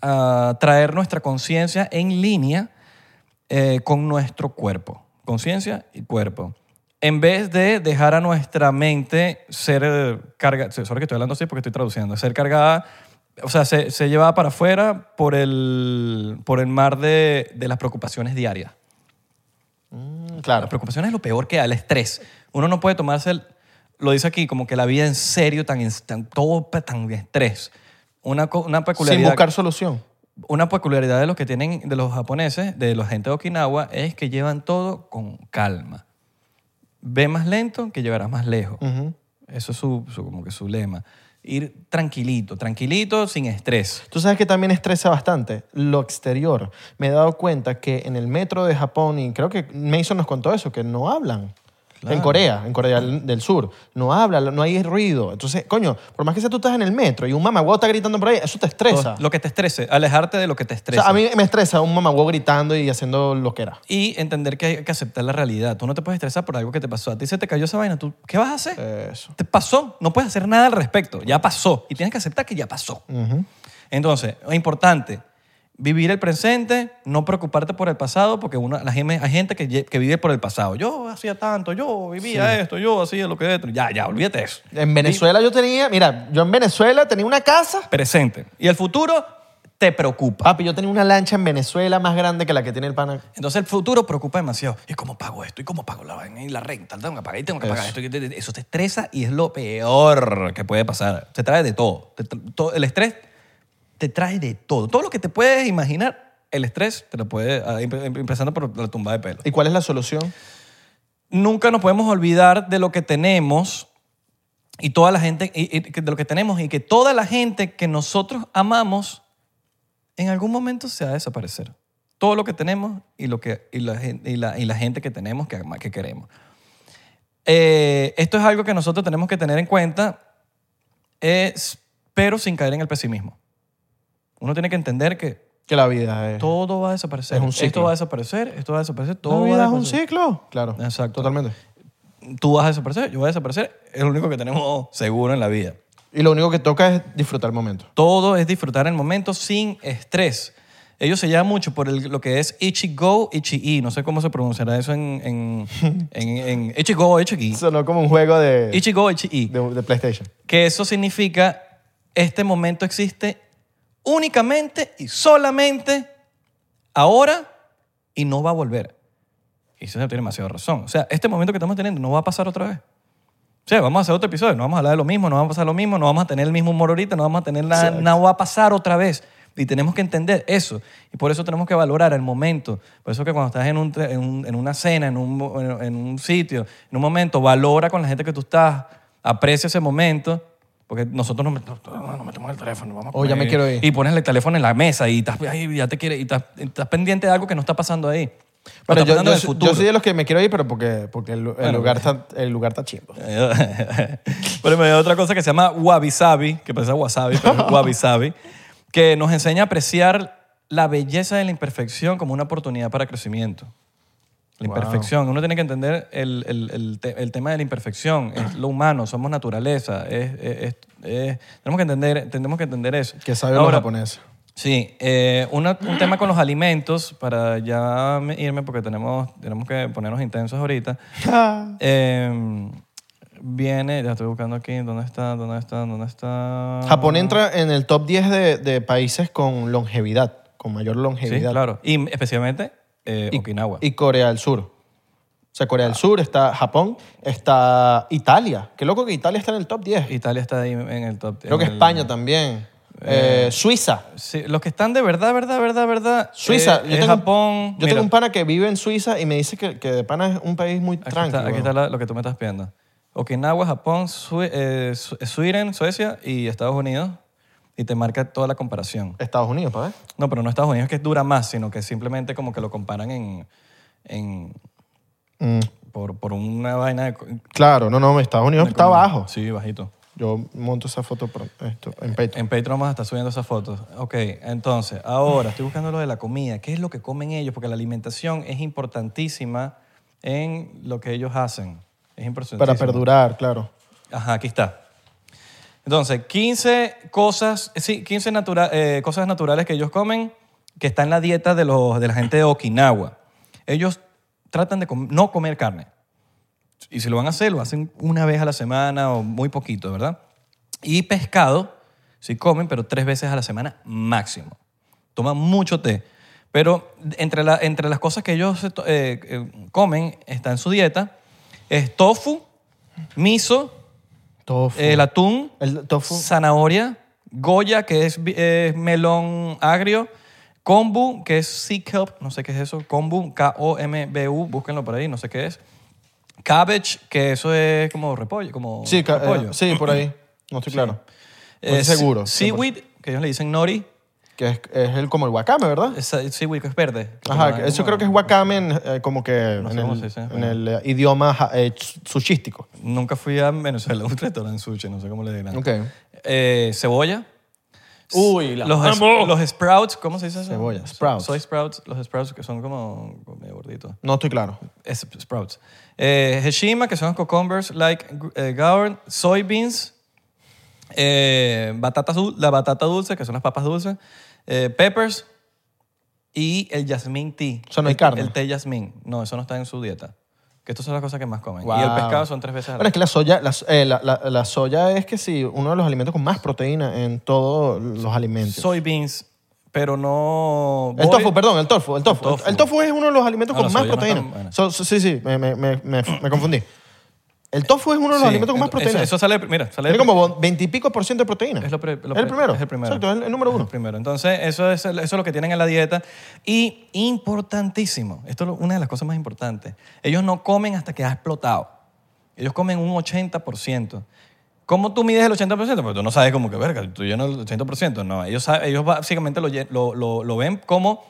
A: a traer nuestra conciencia en línea eh, con nuestro cuerpo, conciencia y cuerpo. En vez de dejar a nuestra mente ser cargada, sorry que estoy hablando así porque estoy traduciendo, ser cargada, o sea, se, se llevada para afuera por el, por el mar de, de las preocupaciones diarias.
B: Mm,
A: La
B: Claro.
A: preocupación es lo peor que da, el estrés. Uno no puede tomarse, el- lo dice aquí, como que la vida en serio, tan, en- tan todo pa- tan de estrés. Una, co- una
B: Sin
A: peculiaridad.
B: buscar solución.
A: Una peculiaridad de los que tienen, de los japoneses, de la gente de Okinawa, es que llevan todo con calma. Ve más lento que llegarás más lejos.
B: Ujú.
A: Eso es su, su- como que su lema. Ir tranquilito, tranquilito, sin estrés.
B: Tú sabes que también estresa bastante lo exterior. Me he dado cuenta que en el metro de Japón, y creo que Mason nos contó eso, que no hablan. En Corea, en Corea del Sur, no habla, no hay ruido. Entonces, coño, por más que sea tú estás en el metro y un mamagüeo está gritando por ahí, eso te estresa.
A: Lo que te estrese, alejarte de lo que te
B: o
A: estresa.
B: sea, a mí me estresa un mamagüeo gritando y haciendo lo que era.
A: Y entender que hay que aceptar la realidad. Tú no te puedes estresar por algo que te pasó. A ti se te cayó esa vaina. ¿Tú qué vas a hacer?
B: Eso.
A: Te pasó. No puedes hacer nada al respecto. Ya pasó. Y tienes que aceptar que ya pasó.
B: Ujú.
A: Entonces, es importante vivir el presente, no preocuparte por el pasado, porque uno, la gente, hay gente que, lle- que vive por el pasado. Yo hacía tanto, yo vivía esto, yo hacía lo que esto. Ya, ya, olvídate de eso.
B: En Venezuela yo tenía, mira, yo en Venezuela tenía una casa
A: Presente. Y el futuro te preocupa.
B: Papi, yo tenía una lancha en Venezuela más grande que la que tiene el pana.
A: Entonces el futuro preocupa demasiado. ¿Y cómo pago esto? ¿Y cómo pago la vaina? ¿Y la renta? Tengo que pagar, y tengo que pagar esto.
B: Eso.
A: y te- te- Eso te estresa y es lo peor que puede pasar. Te trae de todo. Te tra- todo- El estrés te trae de todo. Todo lo que te puedes imaginar, el estrés te lo puede, ah, empe- empe- empezando por la tumba de pelo.
B: ¿Y cuál es la solución?
A: Nunca nos podemos olvidar de lo que tenemos y toda la gente, y- y- de lo que tenemos y que toda la gente que nosotros amamos en algún momento se va a desaparecer. Todo lo que tenemos y, lo que, y, la, gen- y, la, y la gente que tenemos que, ama- que queremos. Eh, esto es algo que nosotros tenemos que tener en cuenta, es, pero sin caer en el pesimismo. Uno tiene que entender que
B: Que la vida eh. es...
A: todo va a desaparecer.
B: Es un
A: Esto
B: ciclo.
A: va a desaparecer, esto va a desaparecer,
B: la
A: todo va
B: vida
A: a
B: es un
A: desaparecer.
B: ciclo. Claro.
A: Exacto.
B: Totalmente.
A: Tú vas a desaparecer, yo voy a desaparecer. Es lo único que tenemos seguro en la vida.
B: Y lo único que toca es disfrutar el momento.
A: Todo es disfrutar el momento sin estrés. Ellos se llaman mucho por el- lo que es Ichigo, Ichi-i. No sé cómo se pronunciará eso en... en, en, en Ichigo, Ichi-i.
B: Sonó como un juego de,
A: Ichigo, Ichi-i.
B: de, de PlayStation.
A: Que eso significa este momento existe únicamente y solamente ahora y no va a volver. Y eso tiene demasiada razón. O sea, este momento que estamos teniendo no va a pasar otra vez. O sea, vamos a hacer otro episodio, no vamos a hablar de lo mismo, no vamos a pasar lo mismo, no vamos a tener el mismo humor ahorita, no vamos a tener nada,
B: Exacto.
A: nada va a pasar otra vez. Y tenemos que entender eso. Y por eso tenemos que valorar el momento. Por eso que cuando estás en, un, tre- en, un- en una cena, en un, mo- en- en un sitio, en un momento, valora con la gente que tú estás, aprecia ese momento. Porque nosotros no, met- no, no metemos el teléfono. Vamos a
B: Oh, ya
A: comer.
B: me quiero ir.
A: Y pones el teléfono en la mesa y estás, ay, ya te quiere, y estás, estás pendiente de algo que no está pasando ahí. No
B: Pero
A: está
B: yo,
A: pasando
B: yo,
A: en el
B: soy-
A: futuro.
B: yo soy de los que me quiero ir, pero porque, porque el, el lugar está, el lugar está chimbo.
A: bueno, me dio otra cosa que se llama Wabi Sabi, que parece wasabi, pero es Wabi Sabi, que nos enseña a apreciar la belleza de la imperfección como una oportunidad para crecimiento. La
B: Wow.
A: imperfección. Uno tiene que entender el, el- el te- el tema de la imperfección. Es lo humano, somos naturaleza. Es, es- es- es- tenemos, que entender, tenemos que entender eso.
B: Que sabe los
A: Ahora,
B: japoneses.
A: Sí, eh, una- un tema con los alimentos, para ya me- irme porque tenemos, tenemos que ponernos intensos ahorita. Eh, viene, ya estoy buscando aquí, ¿dónde está? ¿Dónde está? ¿Dónde está?
B: Japón entra en el top 10 de, de países con longevidad, con mayor
A: Sí,
B: longevidad.
A: claro. Y especialmente eh, Okinawa.
B: Y Corea del Sur. O sea, Corea del
A: Ah.
B: Sur, está Japón, está Italia. Qué loco que Italia está en el top 10.
A: Italia está ahí en el top.
B: Creo
A: en
B: que
A: el-
B: España también. Eh, Suiza.
A: Sí, los que están de verdad, verdad, verdad, verdad.
B: Suiza.
A: eh,
B: yo
A: es
B: tengo un-
A: Japón.
B: Yo
A: Mira,
B: tengo un pana que vive en Suiza y me dice que, que de pana es un país muy
A: Aquí está,
B: tranquilo.
A: aquí está la- lo que tú me estás pidiendo. Okinawa, Japón, Sue- eh, Su- Sweden, Suecia y Estados Unidos. Y te marca toda la comparación.
B: Estados Unidos, para ver.
A: No, pero no Estados Unidos que dura más, sino que simplemente como que lo comparan en, en- por, por una vaina de... co-
B: Mm, Claro, no, no, Estados Unidos está abajo.
A: Sí, bajito.
B: Yo monto esa foto por esto, en Patreon.
A: En Patreon vamos a estar subiendo esas fotos. Ok, entonces, ahora estoy buscando lo de la comida. ¿Qué es lo que comen ellos? Porque la alimentación es importantísima en lo que ellos hacen. Es importantísima.
B: Para perdurar, claro.
A: Ajá, aquí está. Entonces, 15 cosas, eh, sí, 15 natura- eh, cosas naturales que ellos comen que está en la dieta de, los, de la gente de Okinawa. Ellos tratan de com- no comer carne. Y si lo van a hacer, lo hacen una vez a la semana o muy poquito, ¿verdad? Y pescado, sí comen, pero tres veces a la semana máximo. Toman mucho té. Pero entre, la- entre las cosas que ellos eh, to- eh, eh, comen, está en su dieta, es tofu, miso,
B: Tofu.
A: Eh, el atún,
B: El tofu.
A: zanahoria, goya, que es, vi- eh, melón agrio, kombu, que es sea kelp, no sé qué es eso, kombu, K-O-M-B-U, búsquenlo por ahí, no sé qué es. Cabbage, que eso es como repollo, como
B: Sí, ca- eh,
A: repollo. Eh,
B: sí, por ahí. No estoy claro. estoy
A: se-
B: seguro, pues.
A: Seaweed, que ellos le dicen nori,
B: Que es, es el, como el wakame, ¿verdad?
A: esa- seaweed que es verde.
B: Ajá,
A: Como-
B: que eso creo que es wakame en, eh, como que
A: No sé
B: en,
A: cómo
B: el,
A: se dice,
B: en
A: bueno.
B: el, eh, idioma ja- eh, ch- sushístico.
A: Nunca fui a Venezuela, un restaurante sushi, no sé cómo le dirán.
B: Ok.
A: Eh, cebolla.
B: Uy, la
A: los, es- los sprouts, ¿cómo se dice eso?
B: Cebolla, sprouts.
A: Soy sprouts, los sprouts que son como medio gorditos.
B: No estoy claro.
A: Es- sprouts. Eh, Heshima, que son los cucumbers, like gu- eh, gourd, soybeans, eh, batata dul- la batata dulce, que son las papas dulces, eh, peppers y el jasmine tea.
B: O sea, no hay
A: El-
B: carne.
A: El té jasmine. No, eso no está en su dieta. Que estas son las cosas que más comen. Y el
B: Wow.
A: pescado son tres veces al
B: Bueno, es que la soya, la, eh, la- la- la soya es que sí, uno de los alimentos con más proteína en todos los alimentos.
A: soybeans, pero no...
B: El
A: boil-
B: tofu, perdón, el tofu, el tofu. El
A: tofu.
B: tofu, es uno de los alimentos
A: Ah,
B: con
A: la
B: más
A: soya no
B: proteína.
A: tan buena.
B: So- so- sí, sí, me, me- me- me- me confundí. El tofu es uno de los
A: Sí,
B: alimentos con más
A: eso-
B: proteína.
A: Eso, sale, mira, sale
B: Tiene como 20 y pico por ciento de proteína.
A: Es, lo pre- lo
B: Es el
A: pre-
B: primero.
A: Es el primero.
B: Exacto, es el, el número
A: Es el
B: uno.
A: primero. Entonces, eso es, el- eso es lo que tienen en la dieta. Y importantísimo, esto es lo- una de las cosas más importantes. Ellos no comen hasta que ha explotado. Ellos comen un 80%. ¿Cómo tú mides el 80%? Porque Pues tú no sabes como que, verga, tú lleno el 80%. No, ellos, sa- ellos básicamente lo, lle- lo- lo- lo ven como...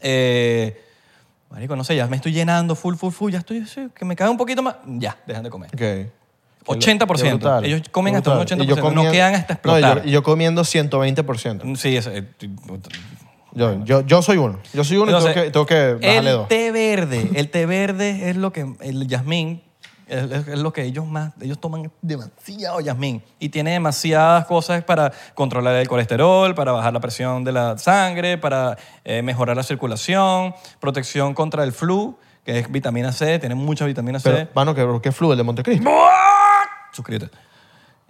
A: eh, marico, no sé, ya me estoy llenando full, full, full, ya estoy, sí, que me cae un poquito más, ya, dejan de comer.
B: Ok. Qué
A: 80%.
B: brutal,
A: Ellos comen
B: qué
A: hasta un
B: brutal.
A: 80%.
B: Y yo comía-
A: no quedan hasta
B: No, y yo-
A: explotar.
B: y yo, comiendo 120%.
A: Sí, es, eh, t-
B: Yo, yo, yo soy uno. Yo soy uno
A: Entonces,
B: y tengo que, tengo que bajarle
A: el
B: dos.
A: té verde, el té verde es lo que el jazmín es, es- es lo que ellos más ellos toman demasiado jazmín y tiene demasiadas cosas para controlar el colesterol, para bajar la presión de la sangre, para eh, mejorar la circulación, protección contra el flu, que es vitamina C, tiene mucha vitamina C.
B: Pero, mano, que, que fluye el de Montecristo.
A: Suscríbete.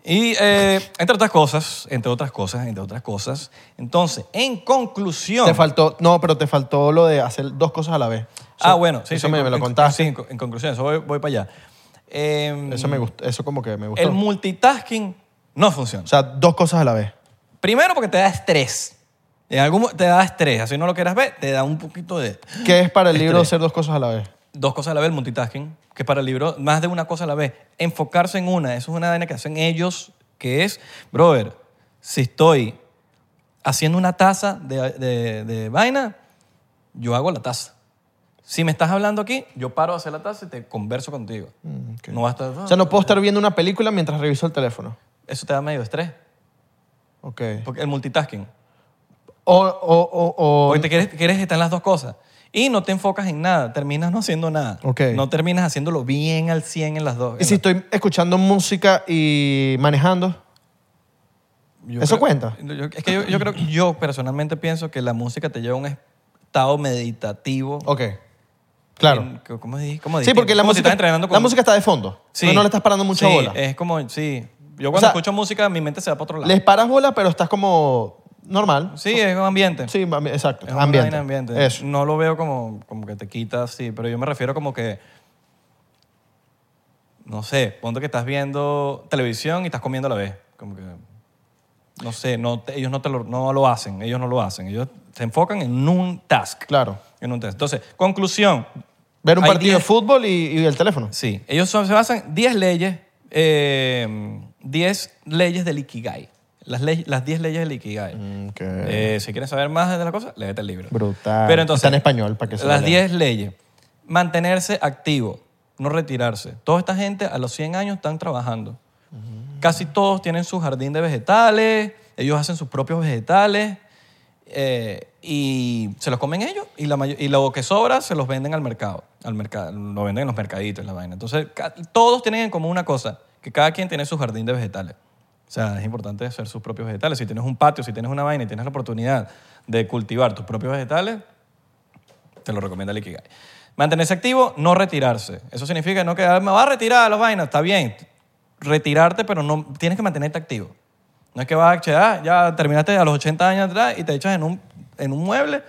A: Y eh, entre otras cosas, entre otras cosas, entre otras cosas. Entonces, en conclusión.
B: Te faltó, no, pero te faltó lo de hacer dos cosas a la vez.
A: Ah,
B: Eso-
A: bueno, sí,
B: Eso
A: sí,
B: me,
A: en-
B: me lo
A: en-
B: contaste.
A: Sí, en, co- en conclusión, eso voy, voy para allá. eh,
B: Eso me gustó, eso como que me gustó.
A: el multitasking no funciona.
B: o sea, dos cosas a la vez.
A: Primero porque te da estrés. En algún mo- te da estrés. Así no lo quieras ver, te da un poquito de...
B: ¿Qué es para el libro
A: Estrés.
B: hacer dos cosas a la vez?
A: dos cosas a la vez, el multitasking, que para el libro, más de una cosa a la vez. Enfocarse en una, eso es una vaina que hacen ellos, que es, brother, si estoy haciendo una taza de, de- de vaina, yo hago la taza. Si me estás hablando aquí, yo paro a hacer la taza y te converso contigo.
B: Mm, ok.
A: No vas a estar-
B: O sea, no puedo estar viendo una película mientras reviso el teléfono.
A: Eso te da medio estrés,
B: Ok.
A: porque el multitasking.
B: O, o, o, o-
A: Porque te quieres, quieres estar en las dos cosas. Y no te enfocas en nada, terminas no haciendo nada.
B: Ok.
A: No terminas haciéndolo bien al 100 en las dos.
B: Y si estoy escuchando música y manejando.
A: Yo
B: ¿Eso cuenta?
A: yo- es que yo, yo creo, yo personalmente pienso que la música te lleva a un estado meditativo.
B: Ok. Claro.
A: En- co- ¿Cómo dije? ¿Cómo
B: sí,
A: dije?
B: porque la
A: Como si
B: música,
A: estás entrenando con-
B: la música está de fondo.
A: Sí.
B: No, no le estás parando mucha
A: Sí, eh,
B: bola.
A: es como, sí. Yo
B: O
A: cuando
B: sea,
A: escucho música, mi mente se va para otro lado.
B: Les paras bola, pero estás como normal.
A: Sí, es un ambiente.
B: Sí, mami, exacto.
A: Es una
B: ambiente.
A: vaina de ambiente.
B: Eso.
A: No lo veo como, como que te quita, sí, pero yo me refiero como que. No sé, ponte que estás viendo televisión y estás comiendo a la vez. Como que. No sé, no te- ellos no, te lo, no lo hacen, ellos no lo hacen. Ellos se enfocan en un task.
B: Claro.
A: En un task. Entonces, conclusión.
B: Ver un
A: Hay
B: partido de
A: diez-
B: fútbol y, y el teléfono.
A: Sí, ellos son- se basan 10 leyes, eh, 10 leyes del Ikigai. Las, ley- las 10 leyes del Ikigai.
B: Ok.
A: Eh, si quieren saber más de la cosa, léete el libro.
B: Brutal.
A: Pero entonces,
B: Está en español, para que se lo
A: Las
B: lean.
A: 10 leyes. Mantenerse activo, no retirarse. Toda esta gente a los 100 años están trabajando. Casi todos tienen su jardín de vegetales, ellos hacen sus propios vegetales eh, y se los comen ellos y, la mayo- y lo que sobra se los venden al mercado, al mercado, lo venden en los mercaditos, la vaina. Entonces, ca- todos tienen en común una cosa, que cada quien tiene su jardín de vegetales. O sea, es importante hacer sus propios vegetales. Si tienes un patio, si tienes una vaina y tienes la oportunidad de cultivar tus propios vegetales, te lo recomienda el Ikigai. Mantenerse activo, no retirarse. Eso significa no quedar, me va a retirar a las vainas, está bien. Retirarte, pero no tienes que mantenerte activo. No es que vas a che, ah, ya terminaste a los 80 años atrás y te echas en un, en un mueble,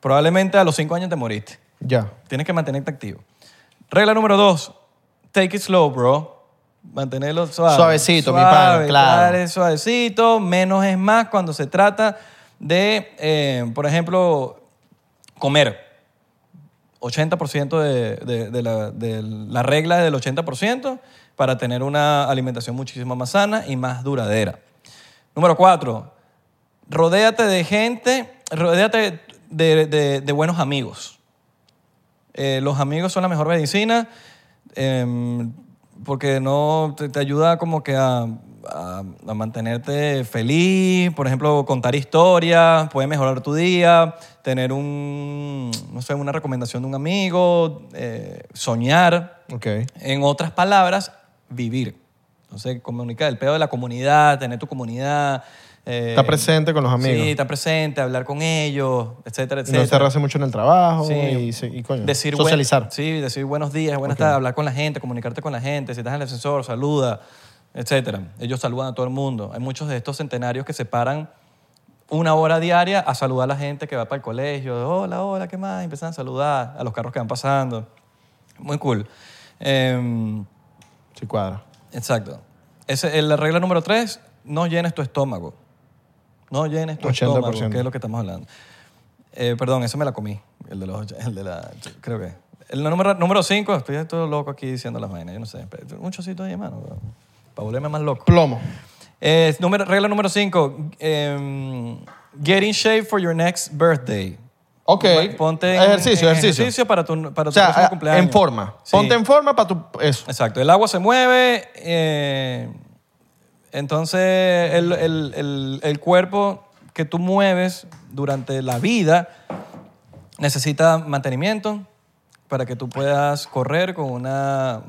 A: probablemente a los 5 años te moriste.
B: Ya.
A: Tienes que mantenerte activo. Regla número dos, take it slow, bro. Mantenerlo suave.
B: Suavecito, mi pana, claro.
A: dale, suavecito, menos es más cuando se trata de, eh, por ejemplo, comer. 80% de, de- de la, de la regla es del 80% para tener una alimentación muchísimo más sana y más duradera. Número cuatro, rodéate de gente, rodéate de, de- de buenos amigos. Eh, los amigos son la mejor medicina em, porque no te, te ayuda como que a, a- a mantenerte feliz, por ejemplo, contar historias, puede mejorar tu día, tener un, no sé, una recomendación de un amigo, eh, soñar.
B: Ok.
A: En otras palabras, vivir. Entonces, comunicar el pedo de la comunidad, tener tu comunidad. eh,
B: Está presente con los amigos.
A: Sí, estar presente, hablar con ellos, etcétera,
B: Y no
A: etcétera.
B: encerrarse mucho en el trabajo
A: Sí.
B: y, se- y coño,
A: Decir buen-
B: socializar.
A: sí, decir buenos días, buenas tardes, hablar con la gente, comunicarte con la gente. Si estás en el ascensor, saluda, etcétera. Ellos saludan a todo el mundo. Hay muchos de estos centenarios que se paran una hora diaria a saludar a la gente que va para el colegio. Hola, hola, ¿qué más? Empiezan a saludar a los carros que van pasando. Muy cool. Em,
B: Sí, cuadra.
A: Exacto. Ese- el- la regla número tres, no llenes tu estómago. No llenes tu
B: 80%.
A: estómago, que es lo que estamos hablando. Eh, perdón, ese me la comí. El de los och- el de la, creo que. El número, número cinco, estoy todo loco aquí diciendo las vainas, yo no sé. Pero Un chocito de mano, para volverme más loco.
B: Plomo.
A: Eh, número- regla número cinco, em, get in shape for your next birthday.
B: Ok.
A: Ponte en-
B: ejercicio,
A: en
B: ejercicio.
A: para tu, para tu
B: O sea,
A: próximo
B: a-
A: cumpleaños.
B: en forma.
A: Sí.
B: Ponte en forma para tu... Eso.
A: Exacto, el agua se mueve, eh, entonces el, el- el- el cuerpo que tú mueves durante la vida necesita mantenimiento para que tú puedas correr con una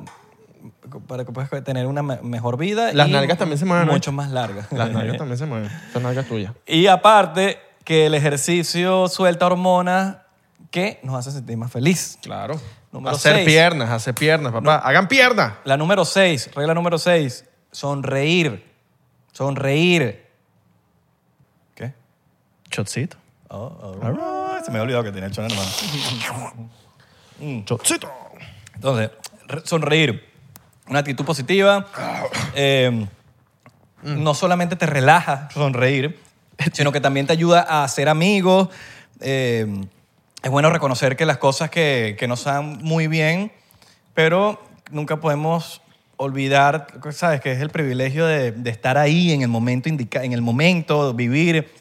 A: para que puedas tener una me- mejor vida
B: Las
A: y
B: nalgas también se mueven, ¿no?
A: mucho más largas
B: Las nalgas también se mueven. Son nalgas tuyas.
A: y aparte que el ejercicio suelta hormonas que nos hace sentir más feliz
B: Claro.
A: Número
B: hacer
A: seis.
B: piernas, hacer piernas, papá. Hagan piernas.
A: La número 6, regla número 6, sonreír. Sonreír. ¿Qué?
B: Chotcito.
A: Oh, oh. Se me había olvidado que tenía el chon en la mano.
B: Chotcito.
A: Entonces, re- sonreír. una actitud positiva. Eh,
B: Mm.
A: no solamente te relaja sonreír, sino que también te ayuda a hacer amigos. Eh, es bueno reconocer que las cosas que, que no salen muy bien, pero nunca podemos olvidar, ¿sabes? Que es el privilegio de, de estar ahí en el momento, indica, en el momento vivir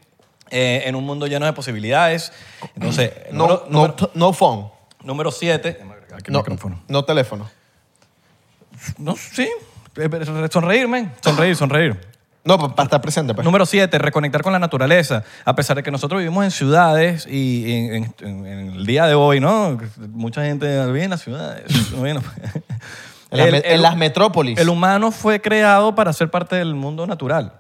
A: eh, en un mundo lleno de posibilidades. Entonces,
B: No,
A: número-
B: no,
A: número-
B: t- no phone.
A: Número 7. Aquí
B: No,
A: micrófono.
B: no teléfono.
A: No, sí. Sonreírme. Sonreír, sonreír.
B: No, pa- para estar presente. pues.
A: Número 7. Reconectar con la naturaleza. A pesar de que nosotros vivimos en ciudades y en, en- en el día de hoy, ¿no? Mucha gente vive en las ciudades. Bueno.
B: en, las
A: El-
B: me- en
A: el-
B: las metrópolis.
A: El humano fue creado para ser parte del mundo natural.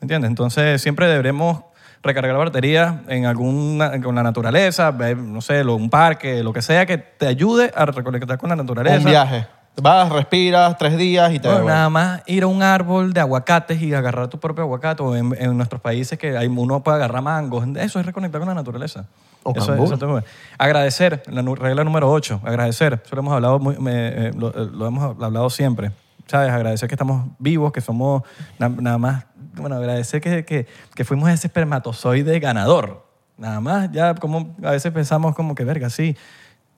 A: ¿Entiendes? Entonces siempre deberemos recargar la batería en alguna con la naturaleza, ver, no sé, lo- un parque, lo que sea que te ayude a reconectar con la naturaleza.
B: un viaje. Vas, respiras, tres días y te
A: No,
B: devuelves.
A: nada más ir a un árbol de aguacates y agarrar tu propio aguacate. O en, en nuestros países que hay, uno puede agarrar mangos. Eso es reconectar con la naturaleza.
B: O
A: Eso-
B: cambur.
A: eso te- agradecer, la nu- regla número 8, agradecer. Eso lo hemos hablado, muy- me- eh, lo, eh, lo hemos hablado siempre. ¿Sabes? Agradecer que estamos vivos, que somos na- nada más. Bueno, agradecer que, que, que fuimos ese espermatozoide ganador. Nada más, ya como a veces pensamos como que, verga, sí,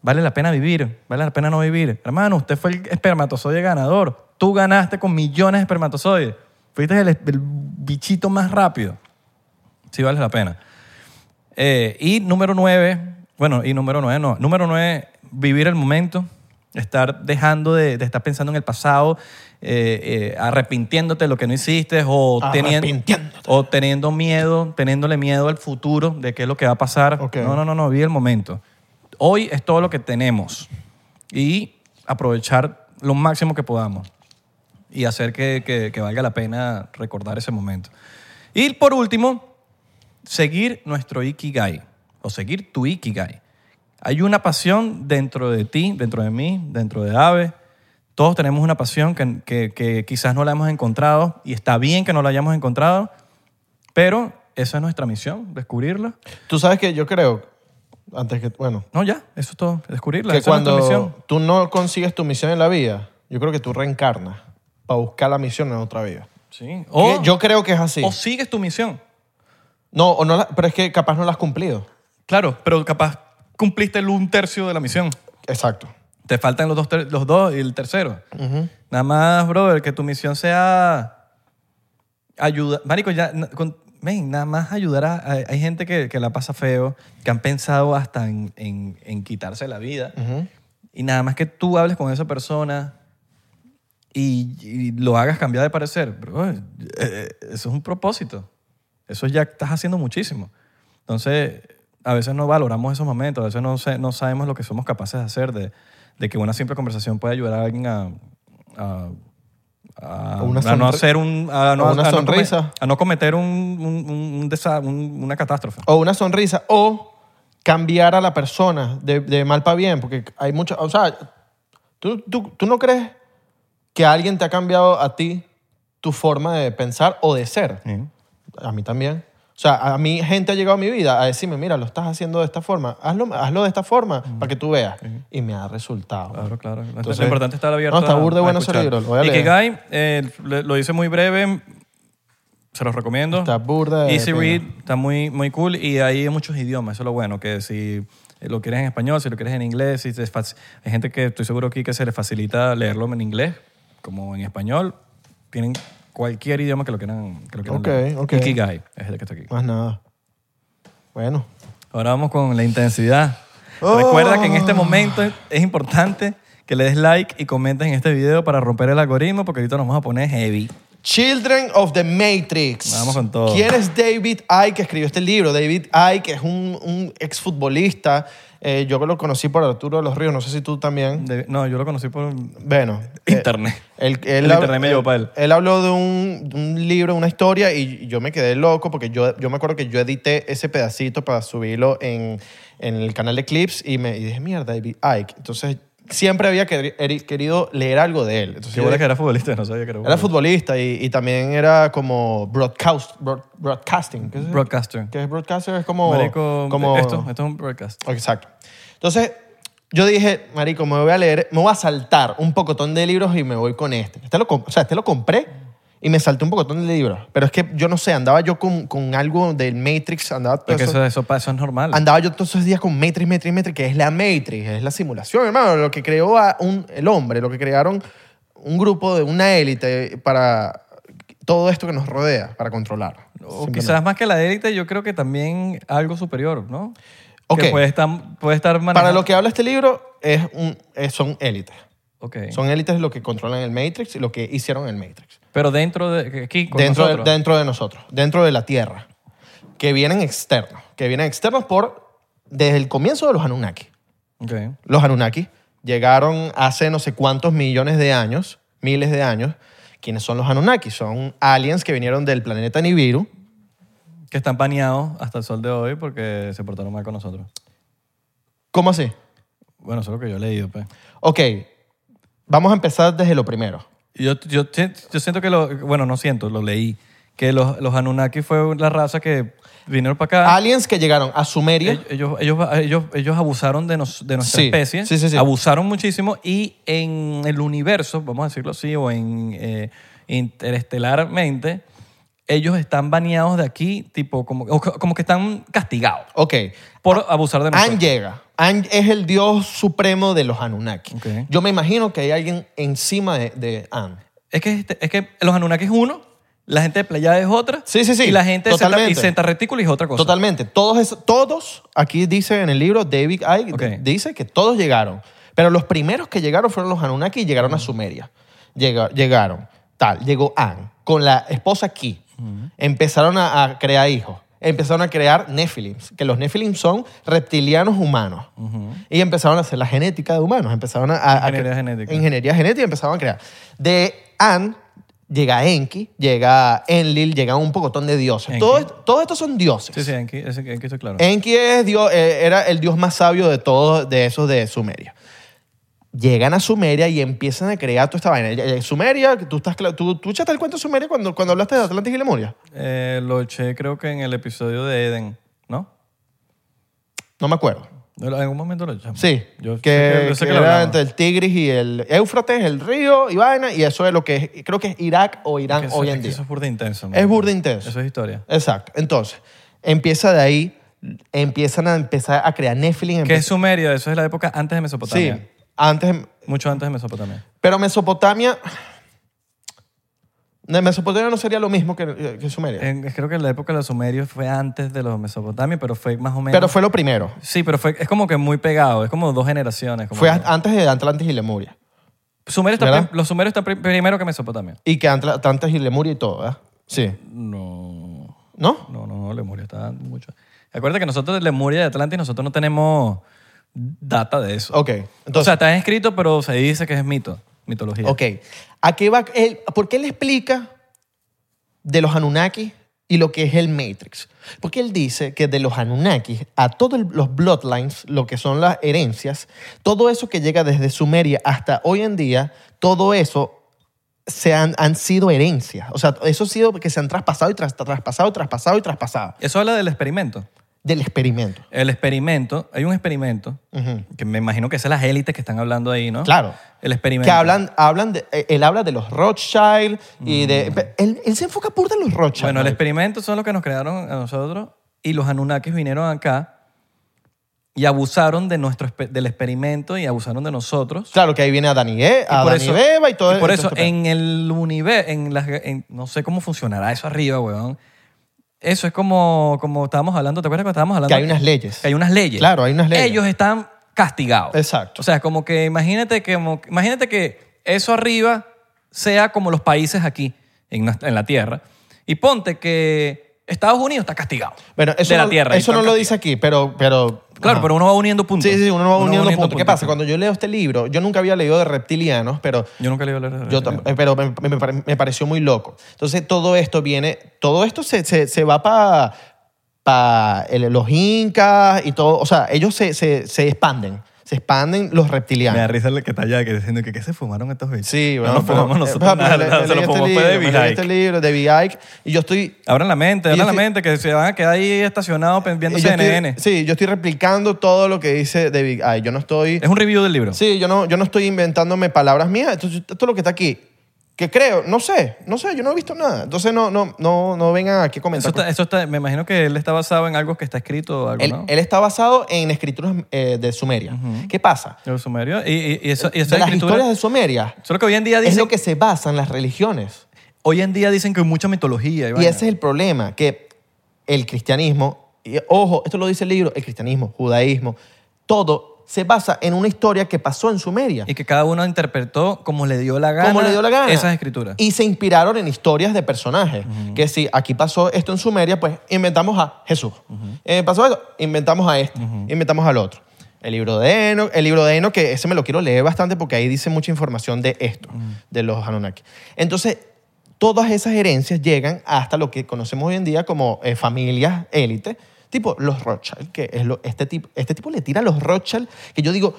A: vale la pena vivir, vale la pena no vivir. Hermano, usted fue el espermatozoide ganador. Tú ganaste con millones de espermatozoides. Fuiste el, el bichito más rápido. Sí, vale la pena. Eh, y número nueve, bueno, y número nueve no. Número nueve, vivir el momento, estar dejando de, de estar pensando en el pasado, eh, eh, arrepintiéndote de lo que no hiciste o, teniendo,
B: Arrepintiéndote.
A: o teniendo miedo, teniéndole miedo al futuro de qué es lo que va a pasar.
B: Ok.
A: No, no, no, no, vive el momento. Hoy es todo lo que tenemos y aprovechar lo máximo que podamos y hacer que, que- que valga la pena recordar ese momento. Y por último, seguir nuestro Ikigai o seguir tu Ikigai. Hay una pasión dentro de ti, dentro de mí, dentro de Ave. Todos tenemos una pasión que, que- que quizás no la hemos encontrado y está bien que no la hayamos encontrado, pero esa es nuestra misión, descubrirla.
B: Tú sabes que yo creo, antes que, bueno,
A: No, ya, eso es todo, descubrirla.
B: que
A: esa es nuestra misión.
B: cuando tú no consigues tu misión en la vida, yo creo que tú reencarnas para buscar la misión en otra vida.
A: Sí. O,
B: Que yo creo que es así.
A: o sigues tu misión.
B: No, o no la- pero es que capaz no la has cumplido.
A: Claro, pero capaz cumpliste el un tercio de la misión.
B: Exacto.
A: Te faltan los dos, ter- los dos y el tercero. Nada más, brother, que tu misión sea ayudar. Marico, ya, na- con- men, nada más ayudar a. a- hay gente que, que la pasa feo, que han pensado hasta en, en- en quitarse la vida. Y nada más que tú hables con esa persona y, y lo hagas cambiar de parecer, bro, eh, eh, eso es un propósito. Eso ya estás haciendo muchísimo. Entonces, a veces no valoramos esos momentos, a veces no, sé- no sabemos lo que somos capaces de hacer, de, de que una simple conversación puede ayudar a alguien a, a, a-
B: O una
A: a no
B: sonri-
A: hacer un... A no,
B: o una
A: a no come-
B: sonrisa.
A: a no cometer un, un- un- un desa- un- una catástrofe.
B: O una sonrisa, o cambiar a la persona de, de mal para bien, porque hay muchas, o sea, ¿tú, tú, tú no crees que alguien te ha cambiado a ti tu forma de pensar o de ser?
A: Sí.
B: A mí también. O sea, a mí gente ha llegado a mi vida a decirme, mira, lo estás haciendo de esta forma, hazlo, hazlo de esta forma para que tú veas. Y me ha resultado.
A: Mm. Claro, claro. Entonces,
B: Entonces-
A: lo importante es estar abierto.
B: No, está burda de
A: a
B: bueno ese
A: escuchar.
B: libro, lo voy a leer.
A: Ikigai, eh, le- lo hice muy breve, se los recomiendo.
B: Está burda de
A: Easy
B: pinga.
A: read, está muy, muy cool y hay muchos idiomas, eso es lo bueno, que si eh, lo quieres en español, si lo quieres en inglés, si te fac- hay gente que estoy seguro aquí que se les facilita leerlo en inglés, como en español, tienen cualquier idioma que lo quieran, que lo quieran
B: Ok,
A: leer.
B: ok.
A: Ikigai es el que está aquí.
B: Más nada. Bueno.
A: Ahora vamos con la intensidad.
B: Oh.
A: Recuerda que en este momento es importante que le des like y comentes en este video para romper el algoritmo porque ahorita nos vamos a poner heavy.
B: Children of the Matrix.
A: Vamos con todo.
B: ¿Quién es David Icke que escribió este libro? David Icke que es un, un exfutbolista. Eh, yo lo conocí por Arturo de los Ríos, no sé si tú también.
A: De- no, yo lo conocí por
B: Bueno. eh,
A: internet.
B: él,
A: El
B: hab-
A: internet me llevó pa' él.
B: habló de un, de un libro, una historia, y yo me quedé loco porque yo, yo me acuerdo que yo edité ese pedacito para subirlo en, en el canal de Clips y me y dije, mierda, David Ike. Entonces, siempre había quer- eri- querido leer algo de él. Entonces,
A: Qué
B: yo
A: bueno que era futbolista, no sabía que era,
B: era futbolista y, y también era como broadcast, broad- broadcasting. ¿Qué es,
A: Broadcaster.
B: ¿Qué es broadcaster? Es como...
A: Marico,
B: como
A: esto, esto es un broadcast.
B: Exacto. Entonces, Yo dije, marico, me voy a leer, me voy a saltar un pocotón de libros y me voy con este. Este lo, comp- o sea, este lo compré y me salté un pocotón de libros. Pero es que yo no sé, andaba yo con, con algo del Matrix, andaba todo
A: Porque
B: eso-
A: eso, eso, pa- eso es normal.
B: Andaba yo todos esos días con Matrix, Matrix, Matrix, que es la Matrix, es la simulación, hermano, lo que creó a un, el hombre, lo que crearon un grupo de una élite para todo esto que nos rodea, para controlar.
A: O
B: Simplemente.
A: quizás más que la élite, yo creo que también algo superior, ¿no?
B: Ok.
A: Que puede estar, puede estar
B: Para
A: manejando-
B: lo que habla este libro, es un, es- son élites.
A: Ok.
B: Son élites lo que controlan el Matrix y lo que hicieron el Matrix.
A: Pero dentro de... Aquí, con
B: dentro de,
A: nosotros.
B: dentro de nosotros, dentro de la Tierra, que vienen externos, que vienen externos por desde el comienzo de los Anunnaki.
A: Ok.
B: Los Anunnaki llegaron hace no sé cuántos millones de años, miles de años. ¿Quiénes son los Anunnaki? Son aliens que vinieron del planeta Nibiru.
A: Que están baneados hasta el sol de hoy porque se portaron mal con nosotros.
B: ¿Cómo así?
A: Bueno, eso es lo que yo he leído, pues.
B: Ok, vamos a empezar desde lo primero.
A: Y Yo, yo, si- yo siento que lo... Bueno, no siento, lo leí. Que los, los Anunnaki fue la raza que vinieron para acá.
B: Aliens que llegaron a Sumeria.
A: Ell- Ah. Ellos, ellos, ellos, ellos abusaron de, nos- de nuestra
B: Sí,
A: especie.
B: sí, sí, sí.
A: Abusaron muchísimo y en el universo, vamos a decirlo así, o en eh, interestelarmente, ellos están baneados de aquí, tipo, como, o co- como que están castigados
B: Ok,
A: por abusar de
B: An
A: nosotros.
B: llega. An es el dios supremo de los Anunnaki.
A: Ok.
B: Yo me imagino que hay alguien encima de, de An.
A: Es que, este- es que los Anunnaki es uno, la gente de Playa es otra.
B: Sí, sí, sí,
A: Y la gente de Zeta-
B: totalmente.
A: y Zeta Reticuli es otra cosa.
B: Totalmente. Todos, esos- todos, aquí dice en el libro, David Icke
A: Ok.
B: d- dice que todos llegaron. Pero los primeros que llegaron fueron los Anunnaki y llegaron a Sumeria. Llega- llegaron, tal, llegó An con la esposa Ki. Empezaron a, a crear hijos. Empezaron a crear Nephilims, que los Nephilims son reptilianos humanos. Y empezaron a hacer la genética de humanos. Empezaron a... a- a
A: Ingeniería
B: cre-
A: genética.
B: Ingeniería genética y empezaron a crear. De An llega Enki, llega Enlil, llega un pocotón de dioses.
A: Enki.
B: Todo, todos estos son dioses.
A: Sí, sí, aquí, ese- aquí estoy claro.
B: Enki es dios, eh, era el dios más sabio de todos de esos de Sumeria. Llegan a Sumeria y empiezan a crear toda esta vaina. Ya- ya- Sumeria, tú estás cla- tú, tú echaste el cuento de Sumeria cuando, cuando hablaste de Atlantis y Lemuria.
A: Eh, lo eché creo que en el episodio de Eden, ¿no?
B: No me acuerdo.
A: En algún momento lo echamos.
B: Sí,
A: Yo
B: que,
A: sé que, yo sé
B: que
A: que lo
B: era
A: hablamos.
B: entre el Tigris y el Éufrates, el río y vaina, y eso es lo que es- creo que es Irak o Irán
A: Que eso-
B: hoy
A: es
B: en
A: que
B: día.
A: Eso es burda intenso. man.
B: Es burda intenso.
A: Eso es historia.
B: Exacto. Entonces, empieza de ahí, empiezan a empezar a crear Nephilim.
A: Que
B: empieza-
A: es Sumeria, eso es la época antes de
B: Sí,
A: Mesopotamia.
B: antes...
A: Mucho antes de Mesopotamia.
B: Pero Mesopotamia. de Mesopotamia no sería lo mismo que, que Sumeria.
A: En- creo que la época de los sumerios fue antes de los mesopotamios, pero fue más o menos...
B: pero fue lo primero.
A: Sí, pero fue, es como que muy pegado, es como dos generaciones. como
B: Fue
A: que-
B: a- antes de Atlantis y Lemuria.
A: Sumerio está
B: ¿Verdad?
A: prim- los sumerios están pri- primero que Mesopotamia.
B: Y que Antla- Atlantis y Lemuria y todo, ¿verdad? Sí.
A: No,
B: ¿No?
A: no, no, Lemuria está mucho... Acuérdate que nosotros de Lemuria y de Atlantis nosotros no tenemos data de eso.
B: Ok.
A: o sea,
B: Entonces,
A: está escrito, pero se dice que es mito, mitología.
B: ok. ¿A qué va? él- ¿Por qué él explica de los Anunnaki y lo que es el Matrix? Porque él dice que de los Anunnaki a todos los bloodlines, lo que son las herencias, todo eso que llega desde Sumeria hasta hoy en día, todo eso se han, han sido herencias. O sea, eso ha sido que se han traspasado y tras- traspasado, traspasado y traspasado
A: Eso habla del experimento.
B: del experimento.
A: El experimento, hay un experimento que me imagino que son las élites que están hablando ahí, ¿no?
B: Claro.
A: El experimento.
B: Que hablan, hablan de, eh, él habla de los Rothschild y de... pe- Él, él se enfoca pura en los Rothschild.
A: Mm. Bueno, el
B: marico.
A: experimento son los que nos crearon a nosotros y los Anunnakis vinieron acá y abusaron de nuestro, espe- del experimento y abusaron de nosotros.
B: Claro, que ahí viene a Dani, eh, a Adán y Eva y todo
A: y por
B: todo
A: eso,
B: este pedo.
A: en el universo, en las, en- no sé cómo funcionará eso arriba, weón. Eso es como, como estábamos hablando, ¿te acuerdas cuando estábamos hablando?
B: Que hay unas leyes.
A: Que hay unas leyes.
B: Claro, hay unas leyes.
A: Ellos están castigados.
B: Exacto.
A: O sea, como que imagínate que, como- imagínate que eso arriba sea como los países aquí en, nuestra- en la Tierra. Y ponte que Estados Unidos está castigado.
B: Bueno, eso
A: de la
B: no,
A: Tierra. y
B: eso no
A: están
B: lo
A: castigados.
B: dice aquí, pero... pero
A: Claro,
B: ajá.
A: pero uno va uniendo puntos.
B: Sí, sí, uno va uniendo puntos. ¿Qué
A: puntitos.
B: pasa? Cuando yo leo este libro, yo nunca había leído de reptilianos, pero
A: Yo nunca le iba a hablar de
B: Yo tam- eh, pero me, me- me pare- me pareció muy loco. Entonces todo esto viene, todo esto se, se- se va para los incas y todo, o sea, ellos se, se- se expanden, se expanden los reptilianos.
A: Me da risa el que está allá, que diciendo que ¿qué se fumaron estos bichos?
B: Sí, bueno.
A: No nos
B: pero-
A: fumamos
B: eh,
A: nosotros
B: pero
A: nada,
B: le-
A: se
B: leí
A: lo
B: este
A: fumó
B: libro,
A: fue David
B: me leí Este
A: Icke.
B: libro, David Icke, y yo estoy...
A: Abran la mente,
B: Y
A: abran
B: yo
A: la
B: estoy-
A: mente, que se van a quedar ahí estacionados pen- viendo
B: y yo estoy-
A: CNN.
B: sí, yo estoy replicando todo lo que dice David Icke. Yo no estoy...
A: Es un review del libro.
B: Sí, yo no, yo no estoy inventándome palabras mías. Entonces, esto es lo que está aquí. Que creo, no sé, no sé, yo no he visto nada. Entonces, no, no, no, no vengan aquí a
A: Eso
B: comentar.
A: está, eso está, me imagino que él está basado en algo que está escrito o algo,
B: él,
A: ¿no?
B: él está basado en escrituras eh, de Sumeria. ¿Qué pasa?
A: El sumerio. Y, y, y eso, y esas
B: de las
A: escrituras-
B: historias de Sumeria
A: Solo que hoy en día
B: es
A: dicen,
B: lo que se basan las religiones.
A: hoy en día dicen que hay mucha mitología.
B: Y ese es el problema, que el cristianismo, y ojo, esto lo dice el libro, el cristianismo, judaísmo, todo se basa en una historia que pasó en Sumeria.
A: Y que cada uno interpretó como le dio la gana,
B: como le dio la gana.
A: esas escrituras.
B: Y se inspiraron en historias de personajes. Que si aquí pasó esto en Sumeria, pues inventamos a Jesús. Eh, pasó esto, inventamos a este, inventamos al otro. El libro de Eno, el libro de Eno, que ese me lo quiero leer bastante porque ahí dice mucha información de esto, de los Anunnaki. Entonces, todas esas herencias llegan hasta lo que conocemos hoy en día como eh, familias élite, tipo los Rothschild, que es lo- este, tipo, este tipo le tira a los Rothschild, que yo digo,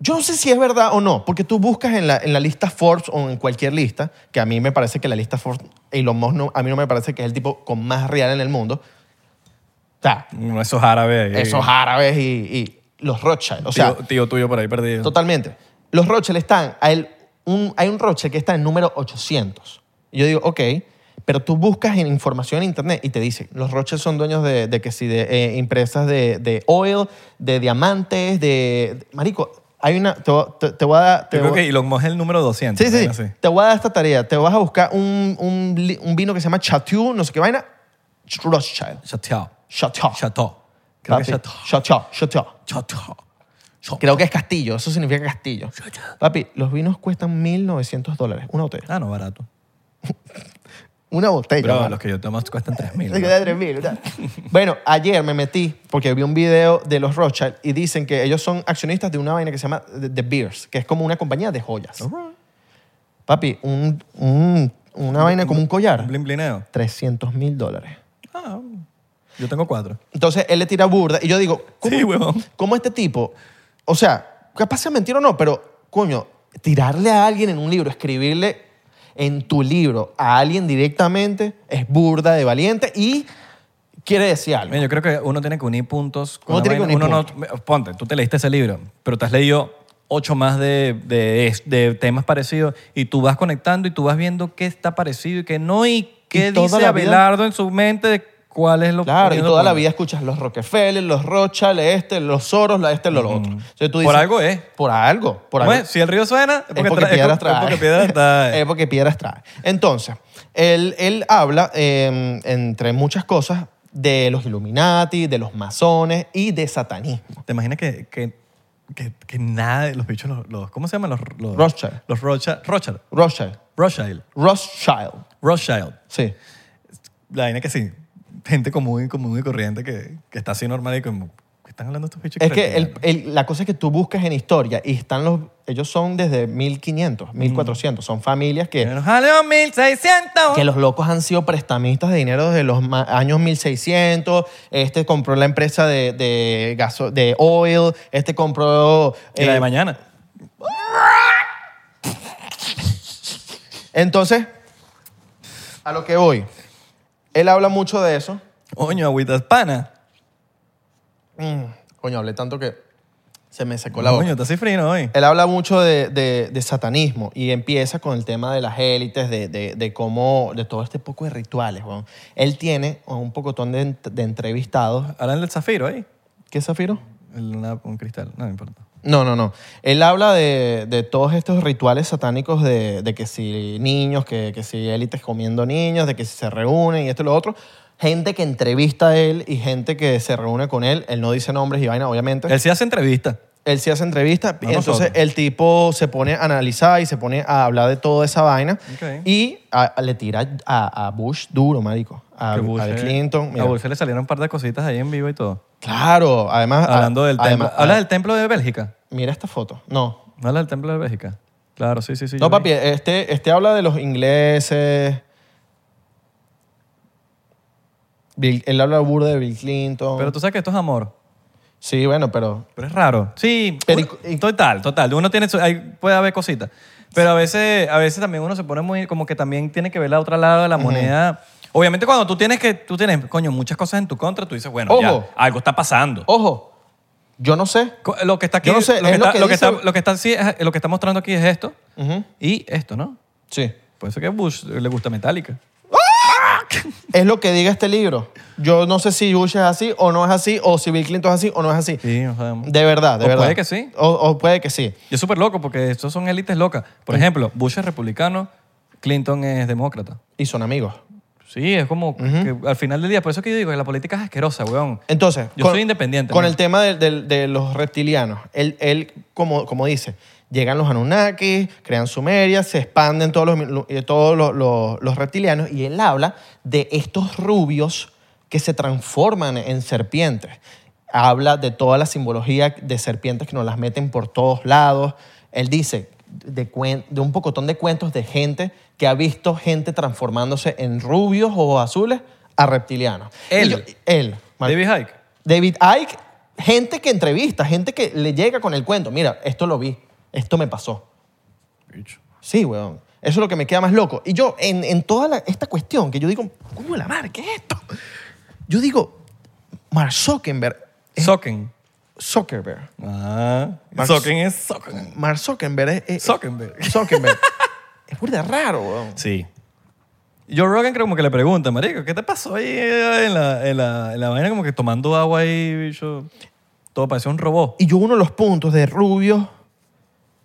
B: yo no sé si es verdad o no, porque tú buscas en la, en la lista Forbes o en cualquier lista, que a mí me parece que la lista Forbes, Elon Musk no- a mí no me parece que es el tipo con más real en el mundo. O sea,
A: No, Mm, esos árabes. ahí.
B: esos árabes y, y los Rothschild. O sea,
A: tío, tío tuyo por ahí perdido.
B: totalmente. Los Rothschild están, a él- un- hay un Rothschild que está en número 800. Y yo digo, ok, pero tú buscas en información en internet y te dicen, los Rothschild son dueños de, de que sí, de eh, empresas de, de oil, de diamantes, de... de- marico, hay una... Te, voy- te- te voy a dar... te
A: Yo creo
B: voy-
A: que Elon Musk es el número 200.
B: Sí, sí,
A: vaina
B: sí.
A: así.
B: Te voy a dar esta tarea. Te vas a buscar un, un li- un vino que se llama Chateau, no sé qué vaina. Rothschild.
A: Chateau.
B: Chateau.
A: Chateau. Creo que
B: Papi,
A: es Chateau.
B: Chateau. Chateau.
A: Chateau. Chateau.
B: Creo que es castillo. Eso significa castillo. Papi, los vinos cuestan 1.900 dólares. Una botella.
A: Ah, no, barato.
B: Una botella.
A: Pero
B: ¿verdad?
A: los que yo tomo cuestan 3.000.
B: Se
A: ¿no?
B: queda 3.000, ¿verdad? bueno, ayer me metí porque vi un video de los Rothschild y dicen que ellos son accionistas de una vaina que se llama The The Beers, que es como una compañía de joyas. Papi, un- un- una vaina como un collar.
A: Un blin blineo.
B: 300 mil dólares.
A: Ah, yo tengo cuatro.
B: Entonces él le tira burda y yo digo, ¿cómo,
A: Sí, huevón.
B: cómo este tipo? O sea, capaz sea mentira o no, pero coño, tirarle a alguien en un libro, escribirle en tu libro a alguien directamente es burda de valiente y quiere decir algo.
A: Mira, yo creo que uno tiene que unir puntos. con
B: Uno
A: la
B: tiene que
A: vaina.
B: unir
A: Uno no- ponte, tú te leíste ese libro, pero te has leído ocho más de, de, de temas parecidos y tú vas conectando y tú vas viendo qué está parecido y qué no y qué
B: Y toda
A: dice
B: la vida-
A: Abelardo en su mente de cuál es lo
B: Claro, y
A: poniendo
B: toda la
A: punto.
B: vida escuchas los Rockefeller, los Rothschild, este, los Soros, la este, lo lo otro. Entonces tú
A: Por
B: dices,
A: algo es.
B: Por algo, por
A: ¿Cómo
B: algo.
A: es? Pues, Si el río suena, es
B: Es
A: porque,
B: porque
A: tra- es
B: piedras
A: porque-
B: trae.
A: es porque piedras trae.
B: Es porque piedras trae. Entonces, él, él habla, eh, entre muchas cosas, de los Illuminati, de los masones y de satanismo.
A: ¿Te imaginas que, que, que, que nada de los bichos, los, los- ¿cómo se llaman? Los, los
B: Rothschild.
A: Los Rothschild. Rothschild.
B: Rothschild.
A: Rothschild.
B: Rothschild.
A: Rothschild.
B: Sí.
A: La vaina que sí, gente común y común y corriente que, que está así normal y como, ¿qué están hablando estos bichos?
B: Es que el-
A: reptilianos?
B: el- la cosa es que tú buscas en historia y están los... Ellos son desde 1500,
A: Mm.
B: 1400. Son familias que...
A: Nos jaleo 1600.
B: que los locos han sido prestamistas de dinero desde los ma- años 1600. Este compró la empresa de, de, gaso- de oil. Este compró...
A: Y la
B: eh,
A: de mañana.
B: Entonces, a lo que voy. Él habla mucho de eso.
A: Oño, agüitas pana.
B: Mm, coño, hablé tanto que se me secó la boca.
A: Oño, está cifrino hoy.
B: Él habla mucho de, de- de satanismo y empieza con el tema de las élites, de, de- de cómo, de todo este poco de rituales. weón. Él tiene un pocotón de, ent- de entrevistados.
A: Hablan del zafiro ahí.
B: ¿Qué, Zafiro?
A: El- una- un cristal, no, no importa.
B: No, no, no. Él habla de, de todos estos rituales satánicos de, de que si niños, que, que si élites comiendo niños, de que si se reúnen y esto y lo otro. Gente que entrevista a él y gente que se reúne con él. Él no dice nombres y vaina, obviamente.
A: Él sí hace entrevista.
B: Él sí hace entrevistas.
A: No
B: entonces
A: nosotros.
B: el tipo se pone a analizar y se pone a hablar de toda esa vaina.
A: Ok.
B: Y a- a- le tira a, a Bush duro, marico. A,
A: Que
B: a
A: Bush, eh,
B: Clinton. mira.
A: A Bush le salieron un par de cositas ahí en vivo y todo.
B: Claro, además. a-
A: Hablando del templo.
B: Ah, además- ah,
A: ¿Hablas del templo de Bélgica?
B: Mira esta foto. No,
A: ¿No hablas del templo de Bélgica? Claro, sí, sí, sí.
B: No,
A: yo
B: papi,
A: vi.
B: este, este habla de los ingleses. Bill- él habla burda de Bill Clinton.
A: Pero tú sabes que esto es amor.
B: Sí, bueno, pero.
A: Pero es raro. Sí,
B: Pero
A: uno-
B: y- y-
A: total, total. Uno tiene, su- ahí puede haber cositas. Pero a veces, a veces también uno se pone muy, como que también tiene que ver la otra lado de la moneda. Obviamente cuando tú tienes que, tú tienes, coño, muchas cosas en tu contra, tú dices, bueno, ya,
B: Ojo.
A: algo está pasando.
B: Ojo, yo no sé.
A: Co- Lo que está aquí,
B: Yo no sé,
A: lo que
B: es lo
A: está-
B: que
A: lo que está-
B: dice-
A: lo que está sí, es- lo que está mostrando aquí es esto
B: Ujú.
A: y esto, ¿no?
B: Sí.
A: Por eso que Bush le gusta Metallica.
B: Es lo que diga este libro. Yo no sé si Bush es así o no es así, o si Bill Clinton es así o no es así.
A: Sí, no sabemos.
B: De verdad, de
A: O
B: verdad.
A: puede que sí.
B: O, o puede que sí.
A: Y es súper loco porque estos son élites locas. Por ejemplo, Bush es republicano, Clinton es demócrata.
B: Y son amigos.
A: Sí, es como que al final del día. Por eso que yo digo que la política es asquerosa, weón.
B: Entonces,
A: Yo soy independiente,
B: Con
A: ¿no?
B: el tema de, de- de los reptilianos, él, él, como, como dice, llegan los Anunnakis, crean Sumeria, se expanden todos, los, lo- eh, todos los, los- los reptilianos y él habla de estos rubios que se transforman en serpientes. Habla de toda la simbología de serpientes que nos las meten por todos lados. Él dice de, cuen- de un pocotón de cuentos de gente que ha visto gente transformándose en rubios o azules a reptilianos. Y
A: Él.
B: yo- él. Mar-
A: David Icke.
B: David Icke, gente que entrevista, gente que le llega con el cuento. Mira, esto lo vi, esto me pasó. Sí, weón. Eso es lo que me queda más loco. Y yo, en, en toda la- esta cuestión, que yo digo, ¿cómo la madre? ¿Qué es esto? Yo digo, Mark Zuckerberg. es-
A: Socken.
B: Zuckerberg.
A: Ah.
B: Mark-
A: Socken es Socken.
B: Mark Zuckerberg es. es-
A: Zuckerberg.
B: Zuckerberg. es burda raro, weón.
A: Sí. Joe Rogan creo como que le pregunta, marico, ¿qué te pasó ahí eh, en la, en la, en la vaina como que tomando agua ahí, bicho? Todo parecía un robot.
B: Y yo uno de los puntos de Rubio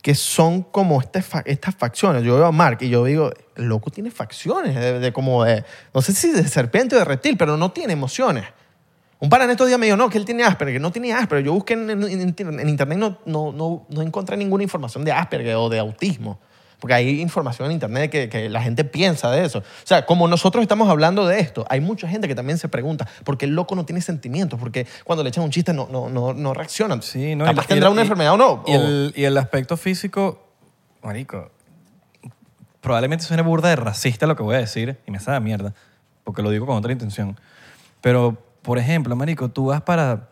B: que son como este fa- estas facciones. Yo veo a Mark y yo digo, el loco tiene facciones, de, de como de, no sé si de serpiente o de reptil, pero no tiene emociones. Un pana en estos días me dijo, no, que él tiene Asperger, que no tiene Asperger. Yo busqué en, en- en- en internet y no, no, no, no encontré ninguna información de Asperger o de autismo. Porque hay información en internet que, que la gente piensa de eso. O sea, como nosotros estamos hablando de esto, hay mucha gente que también se pregunta por qué el loco no tiene sentimientos, porque cuando le echan un chiste no, no, no, no reaccionan.
A: Sí, ¿no? Y
B: Capaz
A: la- y-
B: tendrá una
A: y-
B: enfermedad o no.
A: Y
B: o-
A: el, y el aspecto físico, marico, probablemente suene burda de racista lo que voy a decir, y me sabe a mierda, porque lo digo con otra intención. Pero, por ejemplo, marico, tú vas para...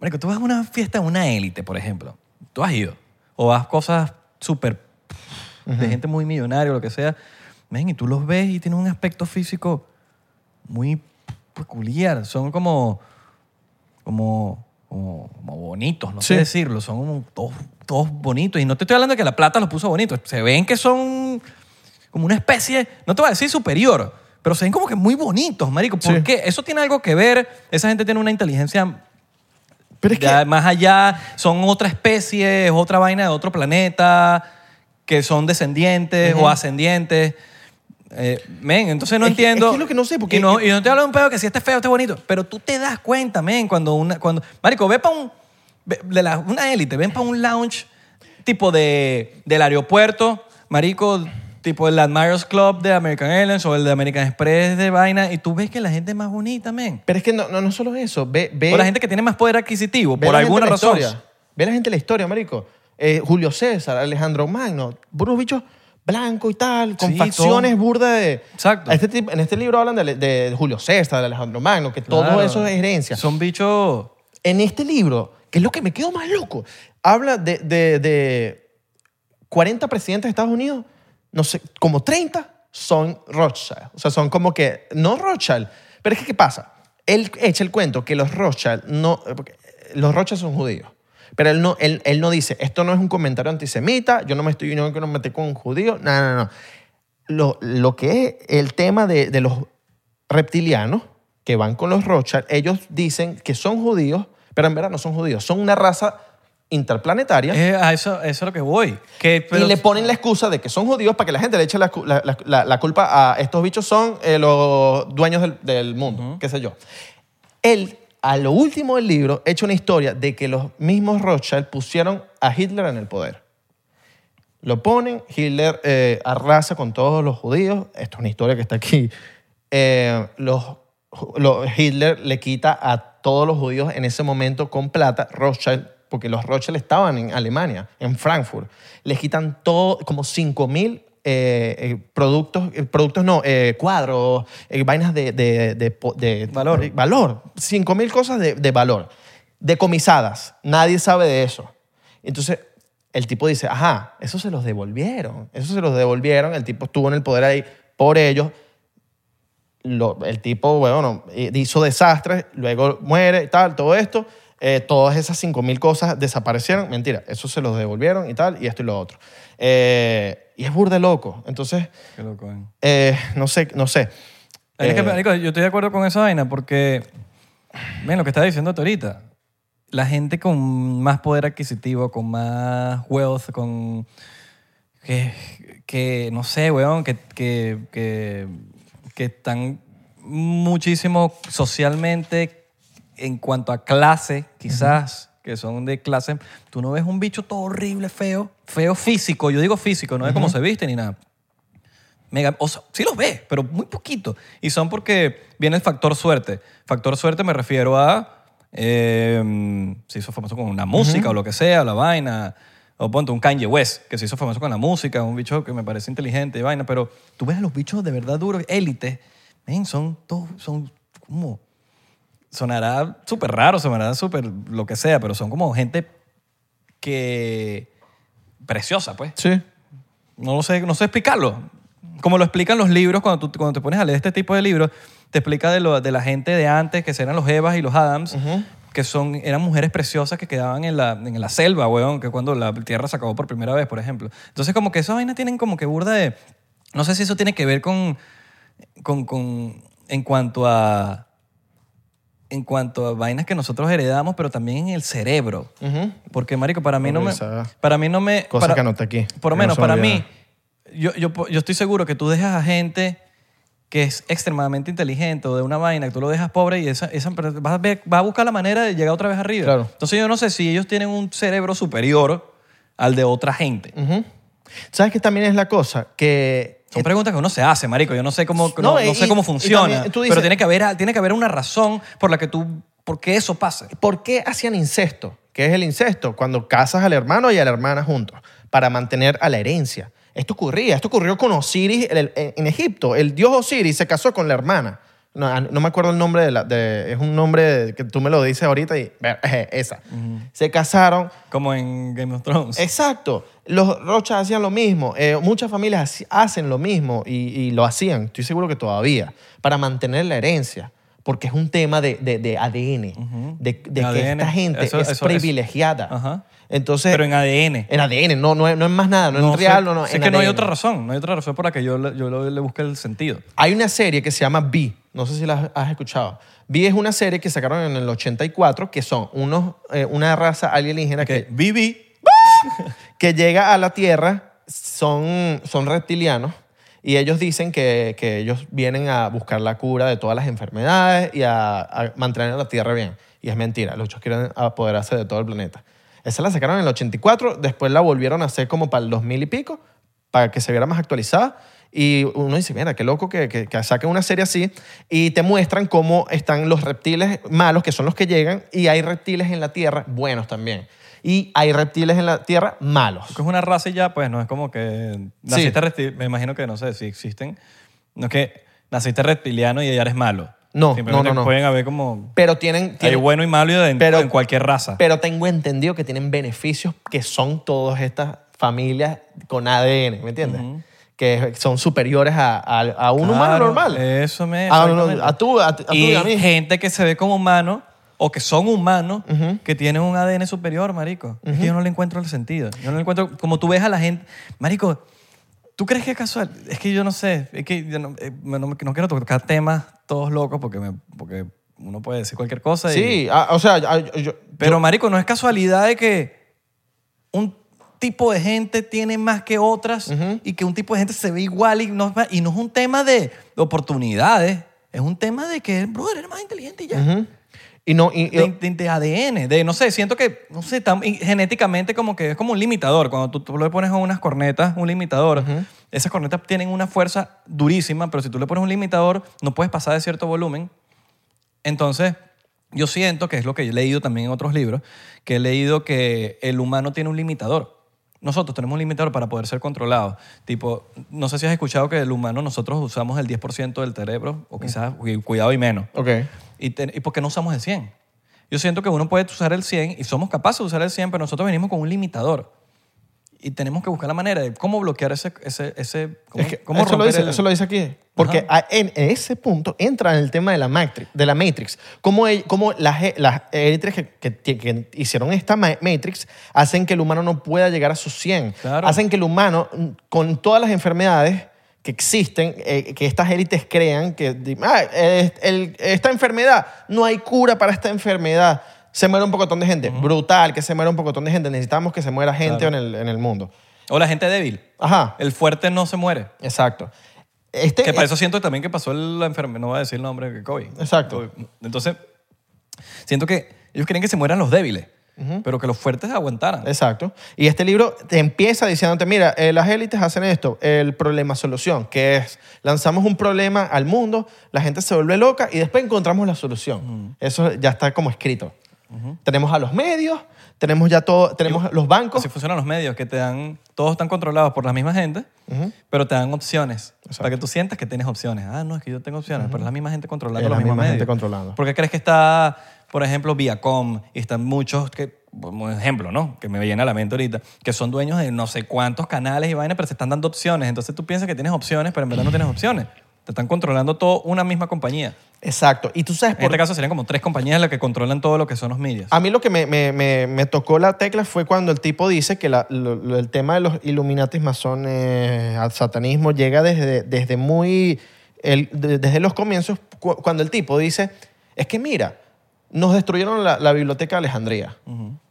A: Marico, tú vas a una fiesta de una élite, por ejemplo. Tú has ido. O vas cosas súper... De gente muy millonaria o lo que sea. Ven, y tú los ves y tienen un aspecto físico muy peculiar. Son como... Como... Como, como bonitos, no
B: Sí.
A: sé decirlo. Son como todos, todos bonitos. Y no te estoy hablando de que la plata los puso bonitos. Se ven que son como una especie, no te voy a decir superior, pero se ven como que muy bonitos, marico. ¿Por
B: Sí.
A: qué? Eso tiene algo que ver. Esa gente tiene una inteligencia
B: pero es que...
A: ya más allá, son otra especie, es otra vaina de otro planeta, que son descendientes o ascendientes. Eh, men, entonces no
B: Es que-
A: entiendo.
B: es que es lo que no sé, porque-
A: Y no, y no te hablo de un pedo que si este es feo, este es bonito. Pero tú te das cuenta, men, cuando una. Cuando, marico, ve para un. ve- de la- una élite, ven para un lounge tipo de, del aeropuerto, marico, tipo el Admirers Club de American Airlines o el de American Express de vaina, y tú ves que la gente es más bonita, men.
B: Pero es que no, no, no solo eso. Ve, ve,
A: O la gente que tiene más poder adquisitivo,
B: ve
A: por
B: la gente
A: alguna
B: la
A: razón.
B: historia. Ve la gente la historia, marico. Eh, Julio César, Alejandro Magno, unos bichos blancos y tal, con
A: Sí,
B: facciones
A: todo.
B: burdas de...
A: Exacto.
B: Este tipo- en este libro hablan de, de Julio César, de Alejandro Magno, que todo
A: Claro.
B: eso es herencia.
A: Son bichos.
B: En este libro, que es lo que me quedo más loco, habla de, de- de 40 presidentes de Estados Unidos, no sé, como 30 son Rothschild. O sea, son como que, no Rothschild, pero es que ¿qué pasa? Él echa el cuento que los Rothschild no, porque los Rothschild son judíos. Pero él no, él, él no dice, esto no es un comentario antisemita, yo no me estoy, yo no me metí con un judío, no, no, no. Lo, lo que es el tema de, de los reptilianos que van con los Rothschild, ellos dicen que son judíos, pero en verdad no son judíos, son una raza interplanetaria
A: Eh, a eso, eso es lo que voy. Que, pero-
B: y le ponen la excusa de que son judíos para que la gente le eche la, cu- la- la- la- la culpa a estos bichos son eh, los dueños del, del mundo, qué sé yo. Él, a lo último del libro, echa una historia de que los mismos Rothschild pusieron a Hitler en el poder. Lo ponen, Hitler eh, arrasa con todos los judíos. Esto es una historia que está aquí. Eh, los, los- Hitler le quita a todos los judíos en ese momento con plata, Rothschild, porque los Rothschild estaban en Alemania, en Frankfurt. Les quitan todo, como 5.000 mil productos, eh, productos no, eh, cuadros, eh, vainas de, de, de, po- de-
A: Valor.
B: valor. 5.000 cosas de, de valor. decomisadas. Nadie sabe de eso. Entonces, el tipo dice, ajá, eso se los devolvieron. Eso se los devolvieron. El tipo estuvo en el poder ahí por ellos. Lo- el tipo, bueno, eh, hizo desastres, luego muere y tal, todo esto. Eh, todas esas 5.000 cosas desaparecieron. Mentira, eso se los devolvieron y tal, y esto y lo otro. Eh, y es burde loco. Entonces,
A: Qué loco, ¿eh?
B: eh, no sé, no sé.
A: Es que,
B: Eh,
A: marico, yo estoy de acuerdo con esa vaina porque, ven, lo que estaba diciendo tú ahorita, la gente con más poder adquisitivo, con más wealth, con... que, que no sé, weón, que, que, que, que están muchísimo socialmente en cuanto a clase, quizás, que son de clase, tú no ves un bicho todo horrible, feo, feo físico, yo digo físico, no es cómo se viste ni nada. Mega, o sea, sí los ves, pero muy poquito. Y son porque viene el factor suerte. Factor suerte me refiero a eh, se hizo famoso con una música o lo que sea, la vaina. O ponte un Kanye West, que se hizo famoso con la música, un bicho que me parece inteligente y vaina. Pero tú ves a los bichos de verdad duros, élites, men, son todos, son como sonará súper raro, sonará súper lo que sea, pero son como gente que preciosa, pues.
B: Sí.
A: No lo sé, no sé explicarlo. Como lo explican los libros, cuando, tú, cuando te pones a leer este tipo de libros, te explica de, lo- de la gente de antes, que eran los Evas y los Adams, que son, eran mujeres preciosas que quedaban en la, en la selva, weón, que cuando la tierra se acabó por primera vez, por ejemplo. Entonces, como que esas vainas tienen como que burda de. No sé si eso tiene que ver con. con, con en cuanto a. En cuanto a vainas que nosotros heredamos, pero también en el cerebro.
B: Ujú.
A: Porque, marico, para mí no me.
B: Esa-
A: Para mí no me.
B: Cosa
A: para-
B: que anoté aquí.
A: por lo
B: que no
A: menos
B: se me
A: para
B: olvida.
A: mí, yo, yo, yo estoy seguro que tú dejas a gente que es extremadamente inteligente o de una vaina, que tú lo dejas pobre y esa, esa empresa- vas a ver- va a buscar la manera de llegar otra vez arriba.
B: Claro.
A: Entonces yo no sé si ellos tienen un cerebro superior al de otra gente.
B: Ujú. ¿Sabes qué también es la cosa? Que
A: Son preguntas que uno se hace, marico. Yo no sé cómo,
B: Eh, No, eh,
A: no, no
B: y-
A: sé cómo
B: y
A: funciona,
B: también tú dices-
A: pero tiene que, haber, tiene que haber una razón por la que tú, por qué eso pasa.
B: ¿Por qué hacían incesto? ¿Qué es el incesto? Cuando casas al hermano y a la hermana juntos, para mantener a la herencia. Esto ocurría, esto ocurrió con Osiris en, el- en Egipto. El dios Osiris se casó con la hermana. No, ah, no me acuerdo el nombre de la... de- es un nombre que tú me lo dices ahorita y... Esa. Se casaron.
A: Como en Game of Thrones.
B: Este- Exacto. Los Rochas hacían lo mismo. Eh, muchas familias haci- hacen lo mismo y, y lo hacían, estoy seguro que todavía, para mantener la herencia. Porque es un tema de, de- de ADN, de, de que
A: ADN,
B: esta gente
A: eso-
B: es
A: eso- eso.
B: privilegiada.
A: Ajá.
B: Entonces,
A: pero en ADN.
B: en ADN, no, no, es- no es más nada, no, es
A: sé-
B: real, no, no.
A: sé
B: en
A: que no hay
B: ADN.
A: otra razón, no hay otra razón por la que yo, le- yo le- le busque el sentido.
B: Hay una serie que se llama B. No sé si la has escuchado. B es una serie que sacaron en el 84 que son unos, eh, una raza alienígena que
A: Que Vivi
B: que llega a la Tierra son, son reptilianos y ellos dicen que, que ellos vienen a buscar la cura de todas las enfermedades y a, a mantener a la Tierra bien. Y es mentira, los chicos quieren apoderarse de todo el planeta. Esa la sacaron en el 84, después la volvieron a hacer como para el 2000 y pico, para que se viera más actualizada. Y uno dice, mira, qué loco que, que, que saquen una serie así y te muestran cómo están los reptiles malos, que son los que llegan, y hay reptiles en la Tierra buenos también. Y hay reptiles en la Tierra malos.
A: Porque es una raza y ya, pues no es como que naciste reptil- me imagino que no sé si existen, no es que naciste reptiliano y ya eres malo.
B: No,
A: Simplemente
B: no, no, no.
A: pueden haber como
B: Pero tienen...
A: hay
B: tienen-
A: bueno y malo y en,
B: Pero-
A: en cualquier raza.
B: Pero tengo entendido que tienen beneficios que son todas estas familias con ADN, ¿me entiendes? Que son superiores a, a- a un humano
A: Claro,
B: normal. Ah,
A: Eso me
B: a,
A: exactamente.
B: a tú, a, a tú y
A: y
B: a mí.
A: gente que se ve como humano o que son humanos que tienen un ADN superior, marico. Es que yo no le encuentro el sentido. Yo no le encuentro como tú ves a la gente, marico. ¿Tú crees que es casual? Es que yo no sé. Es que yo no, eh, no- no quiero tocar temas todos locos porque me- porque uno puede decir cualquier cosa. y-
B: Sí, a- o sea, a- yo-
A: pero marico, no es casualidad de que un tipo de gente tiene más que otras y que un tipo de gente se ve igual y no, es más- y no es un tema de oportunidades, es un tema de que, brother, eres más inteligente y ya.
B: Ujú. Y no, y- y-
A: De, de- de ADN, de no sé, siento que, no sé, tam- y genéticamente como que es como un limitador. Cuando tú, tú le pones a unas cornetas un limitador, esas cornetas tienen una fuerza durísima, pero si tú le pones un limitador, no puedes pasar de cierto volumen. Entonces, yo siento que es lo que he leído también en otros libros, que he leído que el humano tiene un limitador. Nosotros tenemos un limitador para poder ser controlados. Tipo, no sé si has escuchado que el humano nosotros usamos el 10% del cerebro, o quizás, cu- cuidado y menos.
B: ok.
A: Y, te- y porque no usamos el 100. Yo siento que uno puede usar el 100 y somos capaces de usar el 100, pero nosotros venimos con un limitador. Y tenemos que buscar la manera de cómo bloquear ese... ese, ese cómo,
B: Es que
A: cómo
B: eso, lo
A: romper
B: dice,
A: el-
B: eso lo dice aquí. Porque a- en ese punto entra en el tema de la Matrix. De la Matrix. Cómo, el- cómo las, e- las élites que, que ti- que hicieron esta ma- Matrix hacen que el humano no pueda llegar a sus 100.
A: Claro.
B: Hacen que el humano, mm, con todas las enfermedades que existen, eh, que estas élites crean, que di- "Ah, eh, el- esta enfermedad, no hay cura para esta enfermedad. Se muere un pocotón de gente. Brutal, que se muera un pocotón de gente. Necesitamos que se muera gente
A: Claro.
B: en, el, en el mundo.
A: O la gente débil.
B: Ajá.
A: El fuerte no se muere.
B: Exacto. Este,
A: Que para eso siento también que pasó la enfermedad, no voy a decir el nombre, que COVID.
B: Exacto.
A: COVID. Entonces, siento que ellos querían que se mueran los débiles, pero que los fuertes aguantaran.
B: Exacto. Y este libro te empieza diciéndote, mira, eh, las élites hacen esto, el problema-solución, que es lanzamos un problema al mundo, la gente se vuelve loca y después encontramos la solución. Eso ya está como escrito. Tenemos a los medios, tenemos ya todo, tenemos los bancos.
A: Así funcionan los medios, que te dan, todos están controlados por la misma gente, pero te dan opciones. Para que tú sientas que tienes opciones. Ah, no, es que yo tengo opciones, pero es la misma gente controlando
B: Es
A: los
B: la
A: mismos
B: misma gente
A: medios.
B: controlando.
A: ¿Por qué crees que está, por ejemplo, Viacom y están muchos que, como ejemplo, ¿no? Que me viene a la mente ahorita, que son dueños de no sé cuántos canales y vainas, pero se están dando opciones. Entonces tú piensas que tienes opciones, pero en verdad no tienes opciones. Te están controlando todo una misma compañía.
B: Exacto. Y tú
A: En
B: sabes por Ah.
A: este caso serían como tres compañías las que controlan todo lo que son los medios.
B: A mí lo que me, me- me- me tocó la tecla fue cuando el tipo dice que la- lo- lo- el tema de los iluminatis, masones, al satanismo llega desde, desde muy. el- de- desde los comienzos, cu- cuando el tipo dice: Es que mira, nos destruyeron la, la biblioteca de Alejandría.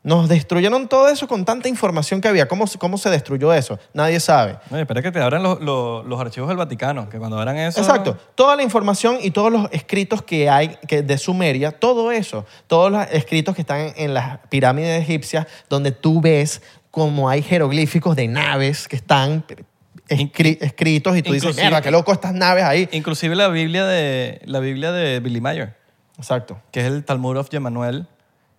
B: Nos destruyeron todo eso con tanta información que había. ¿Cómo, se- ¿Cómo se destruyó eso? Nadie sabe.
A: Oye, espera que te abran los, los- los archivos del Vaticano, que cuando abran eso...
B: Exacto. Toda la información y todos los escritos que hay que de Sumeria, todo eso, todos los escritos que están en las pirámides egipcias, donde tú ves como hay jeroglíficos de naves que están escri- escritos y tú dices,
A: Inclusive-
B: mierda, qué loco estas naves ahí.
A: Inclusive la Biblia de, la Biblia de Billy Mayer,
B: Exacto.
A: que es el Talmud of Yemanuel,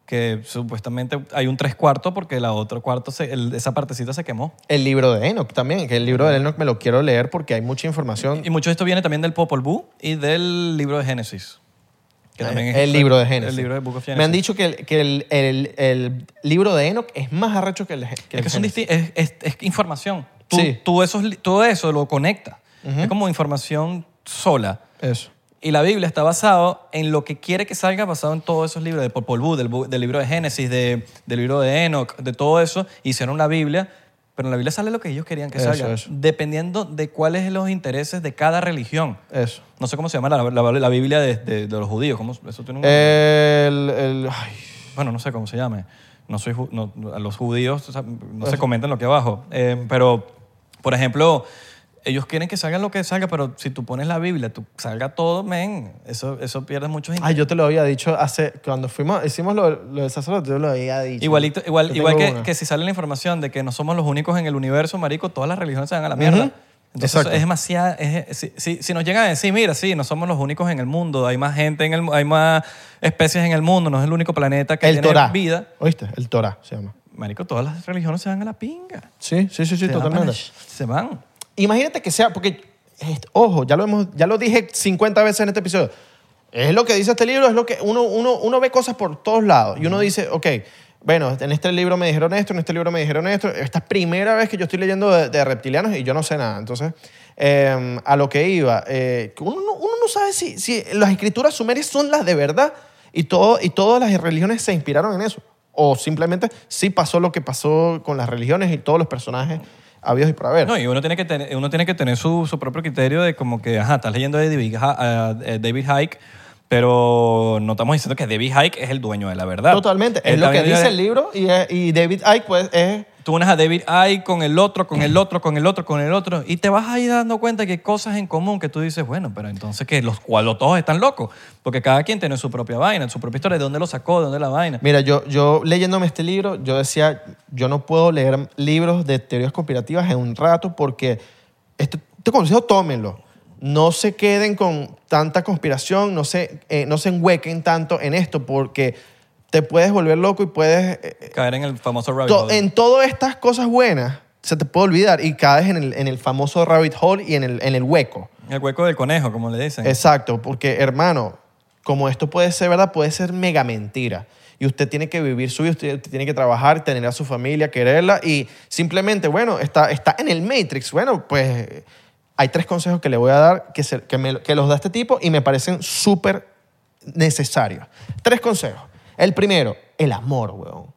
A: que supuestamente hay un tres cuartos porque la otra cuarto, se- el- esa partecita se quemó.
B: El libro de Enoch también, que el libro de Enoch me lo quiero leer porque hay mucha información.
A: Y mucho de esto viene también del Popol Vuh y del libro de Génesis. que también es-
B: Eh, el libro de Génesis.
A: El libro de Book of Génesis.
B: Me han dicho que, el, que el, el- el libro de Enoch es más arrecho que el, de Gé- que
A: Es
B: el
A: que son
B: Génesis.
A: disti- es, es- es información. Tú,
B: Sí.
A: tú esos li- todo eso lo conectas. Es como información sola.
B: Eso.
A: Y la Biblia está basado en lo que quiere que salga basado en todos esos libros, de Popol Vuh, del, bu- del libro de Génesis, de- del libro de Enoch, de todo eso. Hicieron la Biblia, pero en la Biblia sale lo que ellos querían que
B: Eso,
A: salga,
B: eso.
A: dependiendo de cuáles son los intereses de cada religión.
B: Eso.
A: No sé cómo se llama la, la- la Biblia de, de- de los judíos. ¿Cómo, eso tiene un-
B: Eh. El, el- ay,
A: bueno, no sé cómo se llame. No soy ju- no- no- a los judíos o sea, no se comentan lo que abajo. Eh, pero, por ejemplo, ellos quieren que salga lo que salga, pero si tú pones la Biblia, tú salga todo, men, eso, eso pierde muchos
B: Ay, yo te lo había dicho hace. Cuando fuimos, hicimos lo, lo del sacerdote, yo lo había dicho.
A: Igualito,
B: Yo
A: igual,
B: tengo
A: igual que,
B: una.
A: que si sale la información de que no somos los únicos en el universo, marico, todas las religiones se van a la mierda. Entonces
B: Exacto.
A: es demasiado... es- si, si- si nos llegan a decir, mira, sí, no somos los únicos en el mundo, hay más gente en el mu- hay más especies en el mundo, no es el único planeta que
B: El
A: tiene
B: Torah.
A: vida.
B: ¿Oíste? El Torah se llama.
A: Marico, todas las religiones se van a la pinga.
B: Sí, sí, sí, sí,
A: Se van a
B: totalmente.
A: panache- Se van.
B: Imagínate que sea, porque, est- ojo, ya lo, hemos, ya lo dije 50 veces en este episodio. Es lo que dice este libro, es lo que uno, uno, uno ve cosas por todos lados y uno dice, ok, bueno, en este libro me dijeron esto, en este libro me dijeron esto. Esta es primera vez que yo estoy leyendo de, de reptilianos y yo no sé nada. Entonces, eh, a lo que iba, eh, que uno, no- uno no sabe si, si las escrituras sumerias son las de verdad y, todo, y todas las religiones se inspiraron en eso. O simplemente sí pasó lo que pasó con las religiones y todos los personajes habidos y por haber.
A: No, y uno tiene que tener, uno tiene que tener su, su propio criterio de como que, ajá, estás leyendo de David, Ha- eh, David Hike, pero no estamos diciendo que David Hike es el dueño de la verdad.
B: Totalmente.
A: Él
B: Es lo que
A: Ah, eh, también
B: dice el libro y, es- y David Icke, pues, es...
A: Tú unes a David Icke con el otro, con el otro, con el otro, con el otro, y te vas a ir dando cuenta que hay cosas en común que tú dices, bueno, pero entonces que los cuadros todos están locos, porque cada quien tiene su propia vaina, su propia historia, de dónde lo sacó, de dónde la vaina.
B: Mira, yo, yo leyéndome este libro, yo decía, yo no puedo leer libros de teorías conspirativas en un rato porque este, este consejo tómenlo. No se queden con tanta conspiración, no se, eh, no se enhuequen tanto en esto porque te puedes volver loco y puedes... eh, eh,
A: Caer en el famoso rabbit
B: to-
A: hole.
B: en todas estas cosas buenas se te puede olvidar y caes en el, en el famoso rabbit hole y en el, en el hueco.
A: El hueco del conejo, como le dicen.
B: Exacto, porque hermano, como esto puede ser verdad, puede ser mega mentira. y usted tiene que vivir su vida, usted tiene que trabajar, tener a su familia, quererla y simplemente, bueno, está, está en el Matrix. Bueno, pues hay tres consejos que le voy a dar que, se- que me- que los da este tipo y me parecen súper necesarios. Tres consejos. El primero, el amor, weón.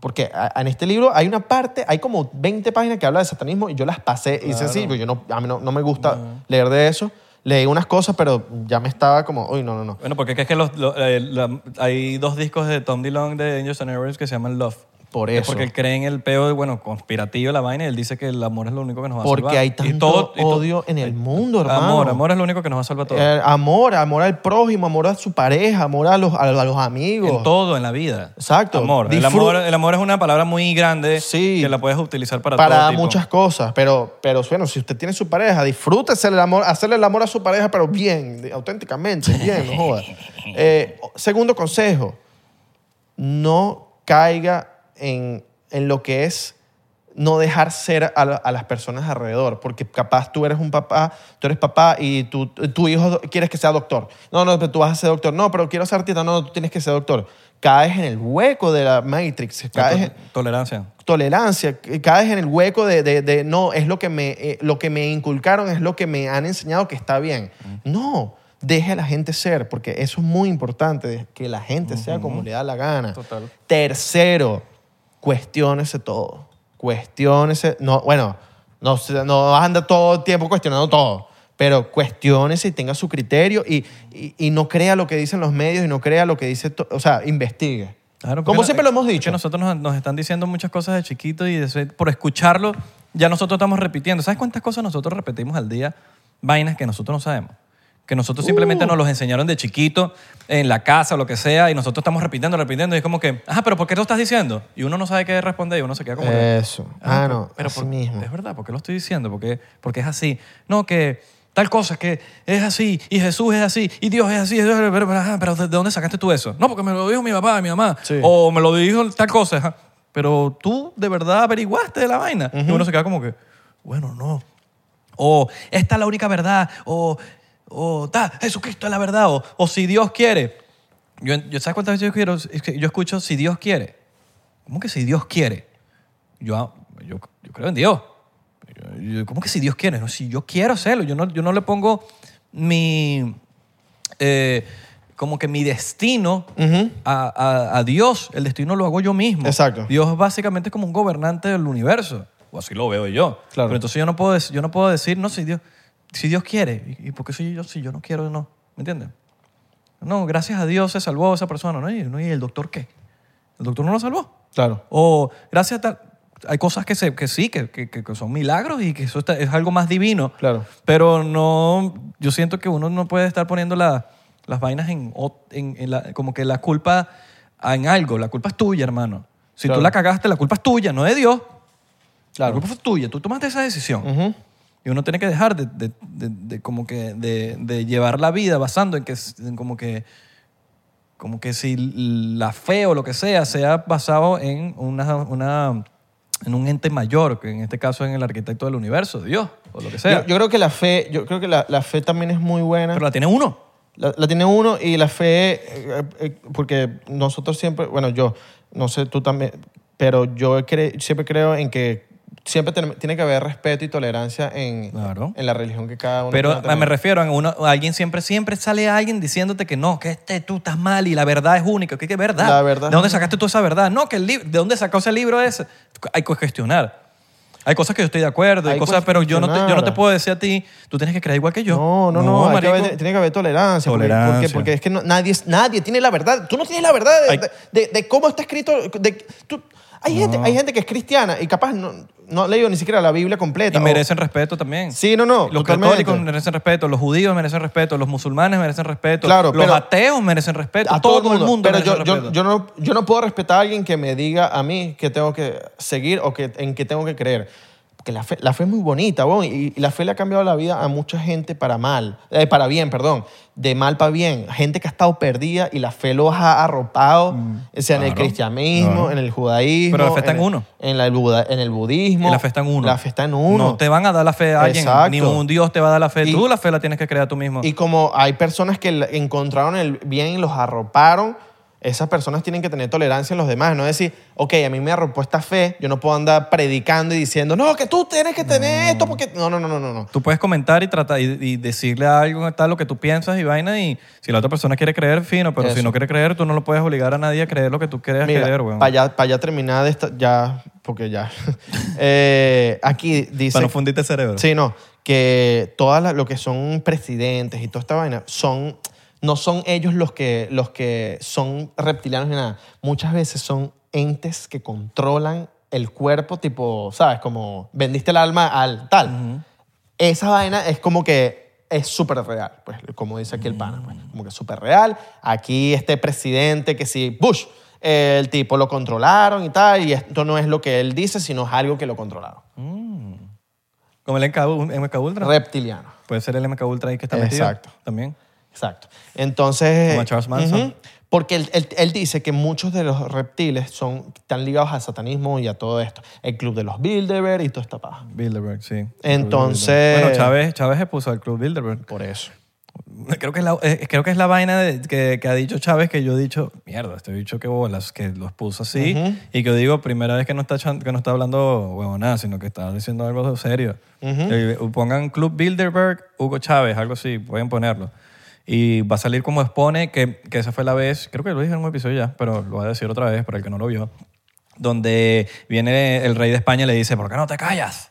B: Porque a- en este libro hay una parte, hay como 20 páginas que habla de satanismo y yo las pasé y hice así, porque yo no, a mí no, no me gusta leer de eso. Leí unas cosas, pero ya me estaba como, uy, no, no, no.
A: Bueno, porque es que los- lo- eh, la- hay dos discos de Tom DeLonge de Angels and Airwaves que se llaman Love.
B: Por
A: Es
B: eso.
A: porque él cree en el peo, de, bueno, conspirativo la vaina, y él dice que el amor es lo único que nos va a salvar.
B: Porque hay
A: Y
B: tanto
A: todo- y to-
B: odio en el mundo, hermano.
A: Amor, amor es lo único que nos va a salvar a todos.
B: Eh, amor, amor al prójimo, amor a su pareja, amor a los, a, a los amigos.
A: En todo, en la vida.
B: Exacto.
A: Amor. El,
B: Disfrut-
A: amor. el amor es una palabra muy grande
B: Sí.
A: que la puedes utilizar para,
B: para
A: todo tipo.
B: muchas cosas. Pero, pero bueno, si usted tiene su pareja, disfrute hacerle el amor, hacerle el amor a su pareja, pero bien, de- auténticamente, bien, no joda. Eh, segundo consejo, no caiga en, en lo que es no dejar ser a, la- a las personas alrededor, porque capaz tú eres un papá, tú eres papá y tu, tu hijo do- quieres que sea doctor. No, no, pero tú vas a ser doctor. No, pero quiero ser artista. No, no, tú tienes que ser doctor. Caes en el hueco de la Matrix.
A: La
B: Caes,
A: to- Tolerancia.
B: tolerancia, que caes en el hueco de, de- de, no, es lo que, me, eh, lo que me inculcaron, es lo que me han enseñado que está bien. No, deje a la gente ser, porque eso es muy importante, de- que la gente sea como le da la gana.
A: Total.
B: Tercero, cuestiónese todo. Cuestiónese, no, bueno, no, se- no anda todo el tiempo cuestionando todo. Pero cuestiónese y tenga su criterio y, y, y no crea lo que dicen los medios y no crea lo que dice, to- o sea, investigue.
A: Claro, porque
B: Como
A: no-
B: siempre lo hemos
A: porque
B: dicho.
A: nosotros nos, nos están diciendo muchas cosas de chiquito y de ser- por escucharlo ya nosotros estamos repitiendo. ¿Sabes cuántas cosas nosotros repetimos al día? Vainas que nosotros no sabemos. Que nosotros simplemente
B: Uh.
A: nos los enseñaron de chiquito en la casa o lo que sea y nosotros estamos repitiendo, repitiendo y es como que, ajá, pero ¿por qué lo estás diciendo? Y uno no sabe qué responder y uno se queda como... que,
B: Eso. Ah, no,
A: pero
B: así
A: por-
B: mismo.
A: Es verdad, porque lo estoy diciendo, porque, porque es así. No, que tal cosa, que es así, y Jesús es así, y Dios es así, pero, pero- pero- pero ¿de dónde sacaste tú eso? No, porque me lo dijo mi papá, mi mamá,
B: Sí.
A: o me lo dijo tal cosa. ajá. Pero tú de verdad averiguaste de la vaina. Y uno se queda como que, bueno, no. O esta es la única verdad, o, o ta, Jesucristo es la verdad, o, o si Dios quiere. Yo, yo- ¿Sabes cuántas veces yo, quiero? Es que yo escucho si Dios quiere? ¿Cómo que si Dios quiere? Yo, yo, yo creo en Dios. Yo- yo- ¿Cómo que si Dios quiere? No, si yo quiero hacerlo, yo no, yo no le pongo mi. eh, como que mi destino a, a- a Dios, el destino lo hago yo mismo.
B: Exacto.
A: Dios básicamente es como un gobernante del universo. O así lo veo yo.
B: Claro.
A: Pero entonces yo no puedo, dec- yo no puedo decir, no, si Dios, si Dios quiere. ¿Y, y por qué soy yo si yo no quiero? No. ¿Me entiendes? No, gracias a Dios se salvó esa persona. ¿no? Y, no, ¿y el doctor qué? ¿El doctor no lo salvó?
B: Claro.
A: O gracias a tal... Hay cosas que, se, que sí, que, que- que son milagros y que eso está- es algo más divino.
B: Claro.
A: Pero no... Yo siento que uno no puede estar poniendo la- las vainas en... ot- en- en la- como que la culpa en algo. La culpa es tuya, hermano. Si
B: Claro.
A: tú la cagaste, la culpa es tuya, no de Dios.
B: Claro.
A: La culpa fue tuya. Tú tomaste esa decisión. Y uno tiene que dejar de, de- de- de como que de, de llevar la vida basando en que s- en como que como que si la fe o lo que sea sea basado en una, una- en un ente mayor, que en este caso en el arquitecto del universo, Dios o lo que sea.
B: yo, yo creo que la fe, yo creo que la, la fe también es muy buena.
A: Pero la tiene uno.
B: La, la tiene uno y la fe, eh, eh, porque nosotros siempre, bueno, yo, no sé tú también, pero yo cre- siempre creo en que siempre ten- tiene que haber respeto y tolerancia en,
A: Claro.
B: en la religión que cada uno
A: Pero ah,
B: pueda tener.
A: me refiero a, uno, a alguien siempre, siempre sale alguien diciéndote que no, que este, tú estás mal y la verdad es única. ¿Qué, qué verdad?
B: La verdad.
A: ¿De dónde sacaste tú esa verdad? No, que el libro, ¿de dónde sacó ese libro ese? Hay que cuestionar. Hay cosas que yo estoy de acuerdo, hay,
B: Hay
A: cosas,
B: que
A: pero yo no, te, yo no te
B: cuestionar.
A: puedo decir a ti, tú tienes que creer igual que yo.
B: No, no, no, hay que
A: marico.
B: haber- tiene que haber tolerancia. porque-
A: Tolerancia.
B: Porque, porque es que no- nadie, es- nadie tiene la verdad. Tú no tienes la verdad de,
A: Hay-
B: de- de- de cómo está escrito. de- tú- hay, gente, hay gente que es cristiana y capaz no, no ha leído ni siquiera la Biblia completa.
A: Y
B: o-
A: merecen respeto también.
B: Sí, no, no.
A: Los
B: totalmente.
A: católicos merecen respeto, los judíos merecen respeto, los musulmanes merecen respeto,
B: Claro,
A: los
B: pero-
A: ateos merecen respeto,
B: A
A: todo, el mundo
B: Pero
A: merece
B: yo, yo,
A: respeto.
B: yo no, yo no puedo respetar a alguien que me diga a mí que tengo que seguir o que, en qué tengo que creer. Porque la fe, la fe es muy bonita, weón, y, y la fe le ha cambiado la vida a mucha gente para mal, eh, para bien, perdón, de mal para bien. Gente que ha estado perdida y la fe los ha arropado, o sea, en el
A: Mm. claro,
B: cristianismo,
A: claro.
B: en el judaísmo.
A: Pero la fe está en
B: el-
A: uno.
B: En, la- el buda- en el budismo.
A: Y la fe está en uno.
B: La fe está en uno.
A: No te van a dar la fe a alguien.
B: Exacto.
A: Ni un Dios te va a dar la fe.
B: Y-
A: tú la fe la tienes que crear tú mismo.
B: Y como hay personas que la- encontraron el bien y los arroparon, esas personas tienen que tener tolerancia en los demás, no decir, ok, a mí me arropó esta fe, yo no puedo andar predicando y diciendo, no, que tú tienes que tener esto porque... No, no, no, no, no. no.
A: Tú puedes comentar y tratar y, y decirle a alguien tal lo que tú piensas y vaina y si la otra persona quiere creer, fino, pero
B: Eso.
A: si no quiere creer, tú no lo puedes obligar a nadie a creer lo que tú quieres creer, weón.
B: para ya, pa' ya terminar de esta, ya, porque ya. Eh, aquí dice...
A: Para no fundirte el cerebro.
B: Sí, no, que todas las- lo que son presidentes y toda esta vaina son no son ellos los que los que son reptilianos ni nada. Muchas veces son entes que controlan el cuerpo, tipo, ¿sabes? Como vendiste el alma al tal. Esa vaina es como que es súper real, pues, como dice aquí el pana, pues, como que súper real. Aquí este presidente que sí, Bush, eh, el tipo lo controlaron y tal, y esto no es lo que él dice, sino es algo que lo controlaron.
A: Como el MK, Ul- MK Ultra.
B: Reptiliano.
A: Puede ser el MK Ultra ahí que está metido.
B: Exacto.
A: También.
B: Exacto. Entonces. eh,
A: Como Charles Manson.
B: Ujú. Porque él, él- él dice que muchos de los reptiles son, están ligados al satanismo y a todo esto. El club de los Bilderberg y toda esta paja.
A: Bilderberg, sí.
B: Entonces-
A: Bueno, Chávez, Chávez expulsó al club Bilderberg.
B: Por eso.
A: Creo que es la, eh, creo que es la vaina de- que, que ha dicho Chávez que yo he dicho, mierda, este bicho que bolas, que lo expuso así. Y que yo digo, primera vez que no está, chan- que no está hablando huevonada, sino que está diciendo algo serio. Eh, pongan Club Bilderberg, Hugo Chávez, algo así, pueden ponerlo. Y va a salir como expone, que, que esa fue la vez, creo que lo dije en un episodio ya, pero lo voy a decir otra vez para el que no lo vio, donde viene el rey de España y le dice, ¿por qué no te callas?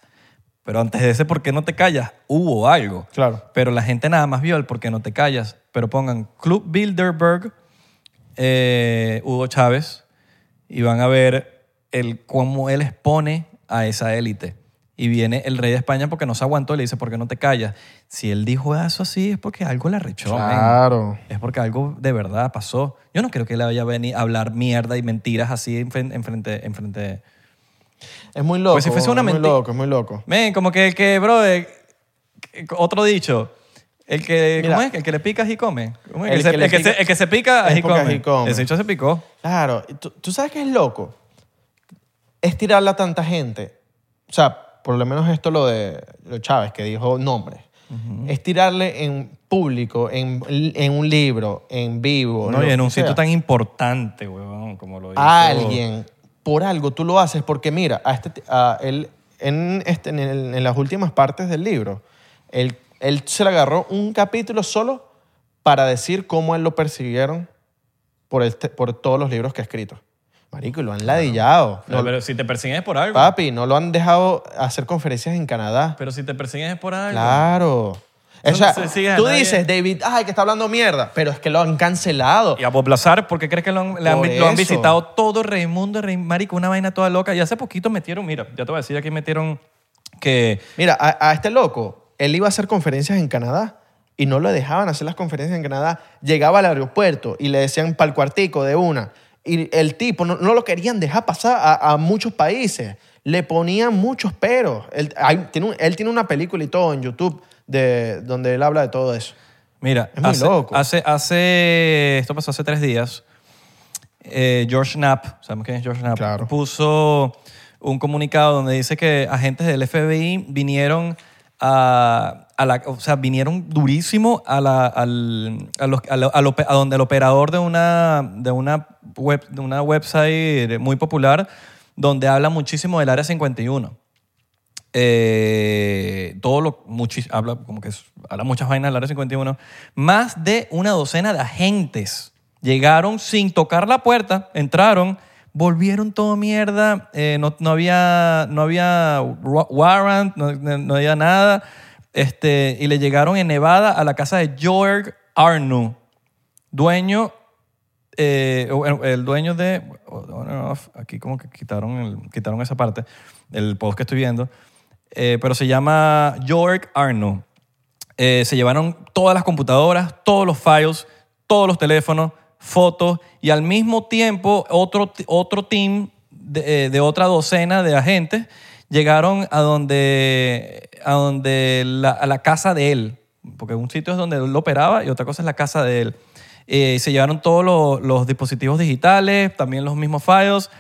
A: Pero antes de ese, ¿por qué no te callas? Hubo algo.
B: Claro.
A: Pero la gente nada más vio el por qué no te callas. Pero pongan Club Bilderberg, eh, Hugo Chávez, y van a ver el, cómo él expone a esa élite. Y viene el rey de España porque no se aguantó y le dice, ¿por qué no te callas? Si él dijo eso así es porque algo le rechó.
B: Claro.
A: Es porque algo de verdad pasó. Yo no creo que él vaya a venir a hablar mierda y mentiras así en frente... En frente, en frente.
B: Es muy loco.
A: Pues si fuese una
B: es muy
A: menti-
B: loco, es muy loco.
A: Men, como que el que, bro, eh, que- otro dicho. El que,
B: Mira.
A: ¿cómo es? El que le picas y come. ¿Cómo es?
B: El
A: El,
B: que
A: se-
B: le
A: el que
B: pica-
A: se, el que se pica,
B: es
A: ají
B: porque
A: come.
B: ají come.
A: Ese dicho se picó.
B: Claro. Y ¿Tú, tú sabes qué es loco? Es tirarle a tanta gente. O sea, por lo menos esto lo de lo Chávez, que dijo nombres. Es tirarle en público, en, en un libro, en vivo.
A: No,
B: lo
A: y en
B: que
A: un sitio
B: sea.
A: tan importante, huevón, como lo dijo.
B: a alguien por algo tú lo haces porque mira a este, a él, en, este- en el- en las últimas partes del libro él, él se le agarró un capítulo solo para decir cómo él lo persiguieron por, este- por todos los libros que ha escrito marico y lo han ladillado
A: No,
B: No-
A: pero si te persigues es por algo.
B: papi no lo han dejado hacer conferencias en Canadá
A: Pero si te persigues es por algo.
B: claro o
A: Eso
B: sea,
A: no se sigue a
B: tú
A: nadie.
B: dices, David, ay, que está hablando mierda, pero es que lo han cancelado.
A: Y a Bob Lazar, ¿por qué crees que lo han, le han
B: Por
A: vi- lo han
B: eso.
A: visitado todo Raimundo, Rey Marico, una vaina toda loca? Y hace poquito metieron, mira, ya te voy a decir, aquí metieron que
B: Mira, a, a este loco, él iba a hacer conferencias en Canadá y no lo dejaban hacer las conferencias en Canadá. Llegaba al aeropuerto y le decían pa'l cuartico de una. Y el tipo no, no lo querían dejar pasar a, a muchos países. Le ponían muchos peros. Él, hay- tiene un- él tiene una película y todo en YouTube de, donde él habla de todo eso.
A: Mira,
B: Es muy
A: hace,
B: loco.
A: Hace, hace- esto pasó hace tres días. Eh, George Knapp, ¿sabemos quién es George Knapp?
B: Claro.
A: Puso un comunicado donde dice que agentes del FBI vinieron a, a la, o sea, vinieron durísimo a, la, al, a, los- a lo- al ope- a donde el operador de una, de una, web, de una website muy popular donde habla muchísimo del Área 51 eh, todo lo muchis- habla como que es- habla muchas vainas del área 51 más de una docena de agentes llegaron sin tocar la puerta entraron volvieron todo mierda eh, no, no había no había wa- warrant no, no- no había nada este y le llegaron en Nevada a la casa de George Arnu dueño eh, o- el- el dueño de on and off, aquí como que quitaron el- quitaron esa parte el post que estoy viendo eh, pero se llama York Arno Eh, se llevaron todas las computadoras todos los files todos los teléfonos fotos y al mismo tiempo otro t- otro team de, eh, de otra docena de agentes llegaron a donde a donde la- a la casa de él porque un sitio es donde él operaba y otra cosa es la casa de él eh, se llevaron todos los, los dispositivos digitales, también los mismos files.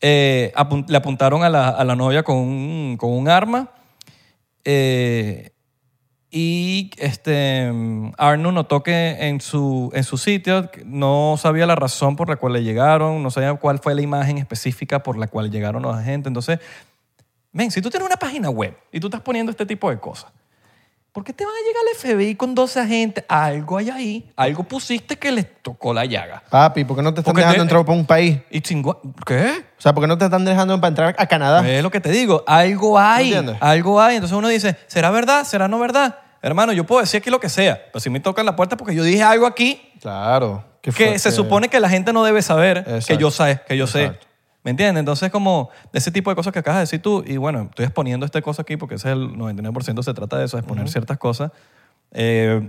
A: Eh, apun- le apuntaron a la, a la novia con un, con un arma. Eh, Y este, mm, Arnu notó que en su, en su sitio que no sabía la razón por la cual le llegaron, no sabía cuál fue la imagen específica por la cual llegaron los agentes. Entonces, men, si tú tienes una página web y tú estás poniendo este tipo de cosas, ¿por qué te van a llegar al FBI con 12 agentes? Algo hay ahí, algo pusiste que les tocó la llaga.
B: Papi, ¿por qué no te están
A: Porque
B: dejando
A: te-
B: entrar para un país?
A: Y chingua, ¿qué?
B: O sea, ¿por qué no te están dejando para entrar a Canadá?
A: Es lo que te digo, algo hay,
B: Ah. ¿Entiendes?
A: algo hay. Entonces uno dice, ¿será verdad? ¿Será no verdad? Hermano, yo puedo decir aquí lo que sea, pero si me tocan la puerta porque yo dije algo aquí
B: Claro. qué
A: que se
B: fuerte.
A: supone que la gente no debe saber, que
B: Exacto.
A: yo sé, que yo
B: Exacto.
A: sé. ¿Me entiendes? Entonces, como ese tipo de cosas que acabas de decir tú, y bueno, estoy exponiendo esta cosa aquí porque ese es el 99% se trata de eso, de exponer ciertas cosas. Eh,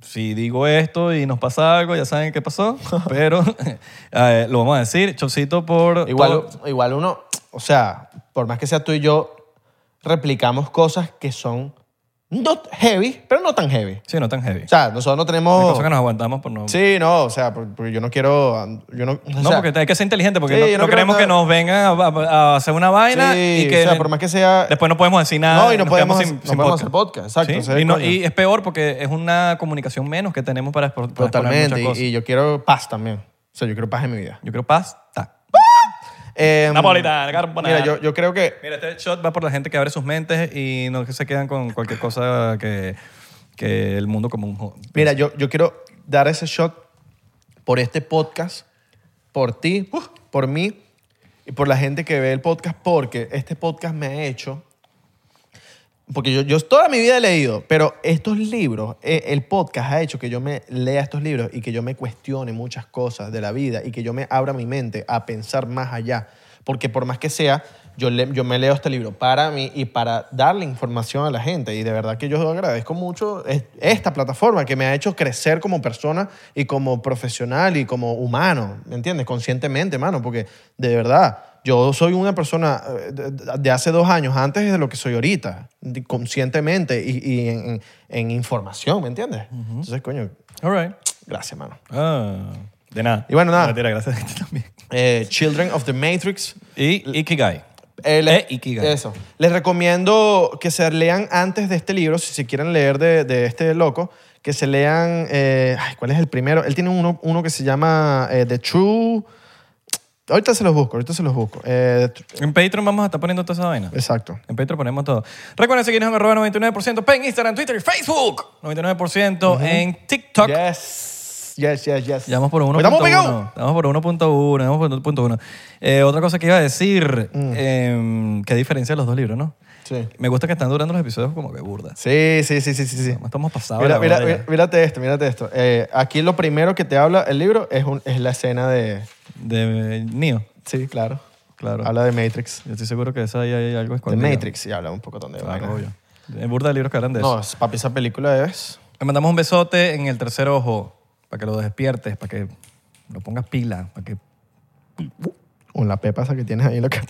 A: si digo esto y nos pasa algo, ya saben qué pasó, pero eh, lo vamos a decir, chocito por...
B: Igual,
A: todo-
B: igual uno, o sea, por más que sea tú y yo, replicamos cosas que son no heavy, pero no tan heavy.
A: Sí, no tan heavy.
B: O sea, nosotros no
A: Hay
B: tenemos...
A: cosas que nos aguantamos por no...
B: Sí, no, o sea, por- porque yo no quiero... Yo no, o
A: no,
B: sea,
A: porque hay que ser inteligente, porque
B: Sí,
A: no,
B: yo no
A: no queremos
B: creo
A: que
B: que-
A: nos vengan a, a- a hacer una vaina
B: sí,
A: y que
B: o sea, por más que sea...
A: después no podemos decir nada.
B: no, y no
A: nos
B: podemos,
A: quedamos
B: hacer- no podemos hacer podcast, exacto.
A: Sí,
B: o sea,
A: y, no-
B: coño,
A: y es peor porque es una comunicación menos que tenemos para, expor- para exponer
B: totalmente,
A: muchas
B: y,
A: cosas.
B: y yo quiero paz también. O sea, yo quiero paz en mi vida.
A: Yo creo pasta.
B: Eh,
A: Napolitana, carbonara.
B: Mira, yo, yo creo que...
A: Mira, este shot va por la gente que abre sus mentes y no que se quedan con cualquier cosa que, que el mundo común. jo-
B: Mira, yo, yo quiero dar ese shot por este podcast, por ti, uf, por mí y por la gente que ve el podcast, porque este podcast me ha hecho. Porque yo, yo toda mi vida he leído, pero estos libros, eh, el podcast ha hecho que yo me lea estos libros y que yo me cuestione muchas cosas de la vida y que yo me abra mi mente a pensar más allá. Porque por más que sea, yo, le- yo me leo este libro para mí y para darle información a la gente. Y de verdad que yo agradezco mucho es- esta plataforma que me ha hecho crecer como persona y como profesional y como humano, ¿me entiendes? Conscientemente, mano, porque de verdad, yo soy una persona eh, de- de hace dos años, antes de lo que soy ahorita, di- conscientemente y, y en, en- en información, ¿me entiendes? Entonces, coño,
A: All right.
B: gracias, mano.
A: Ah, de nada.
B: Y bueno, nada.
A: Mentira, gracias a ti también.
B: Eh, Children of the Matrix.
A: Y Ikigai.
B: Eh, les-
A: Eh, Ikigai.
B: Eso. Les recomiendo que se lean antes de este libro, si se quieren leer de, de este loco, que se lean. eh, ay, ¿Cuál es el primero? Él tiene uno, uno que se llama eh, The True. Ahorita se los busco, ahorita se los busco. Eh, The Tru-
A: En Patreon vamos a estar poniendo toda esa vaina.
B: exacto.
A: En Patreon ponemos todo. Recuerden seguirnos en arroba 99% en Instagram, Twitter y Facebook. 99% en TikTok.
B: Yes. Yes, yes, yes.
A: Ya vamos por
B: Pues Estamos pegados.
A: 1.1. Estamos por 1.1. Estamos por 1.1. Eh, otra cosa que iba a decir,
B: Mm.
A: em, qué diferencia de los dos libros, ¿no?
B: Sí.
A: Me gusta que están durando los episodios como que burdas.
B: Sí, sí, sí, sí, sí. sí.
A: Estamos pasados. de
B: Mira,
A: la
B: mira,
A: hora ya.
B: mira- mírate esto, mírate esto. Eh, aquí lo primero que te habla el libro es, un- es la escena de...
A: De Neo,
B: Sí, claro.
A: claro.
B: Habla de Matrix.
A: Yo estoy seguro que esa ahí hay algo
B: De
A: escondido.
B: Matrix. Y habla un poco de...
A: Claro,
B: vainas.
A: obvio. En burda de libros que hablan de eso.
B: No, es- papi, esa película es...
A: Le mandamos un besote en el tercer ojo para que lo despiertes, para que lo pongas pila, para que
B: Una pepa esa que tienes ahí. Lo que...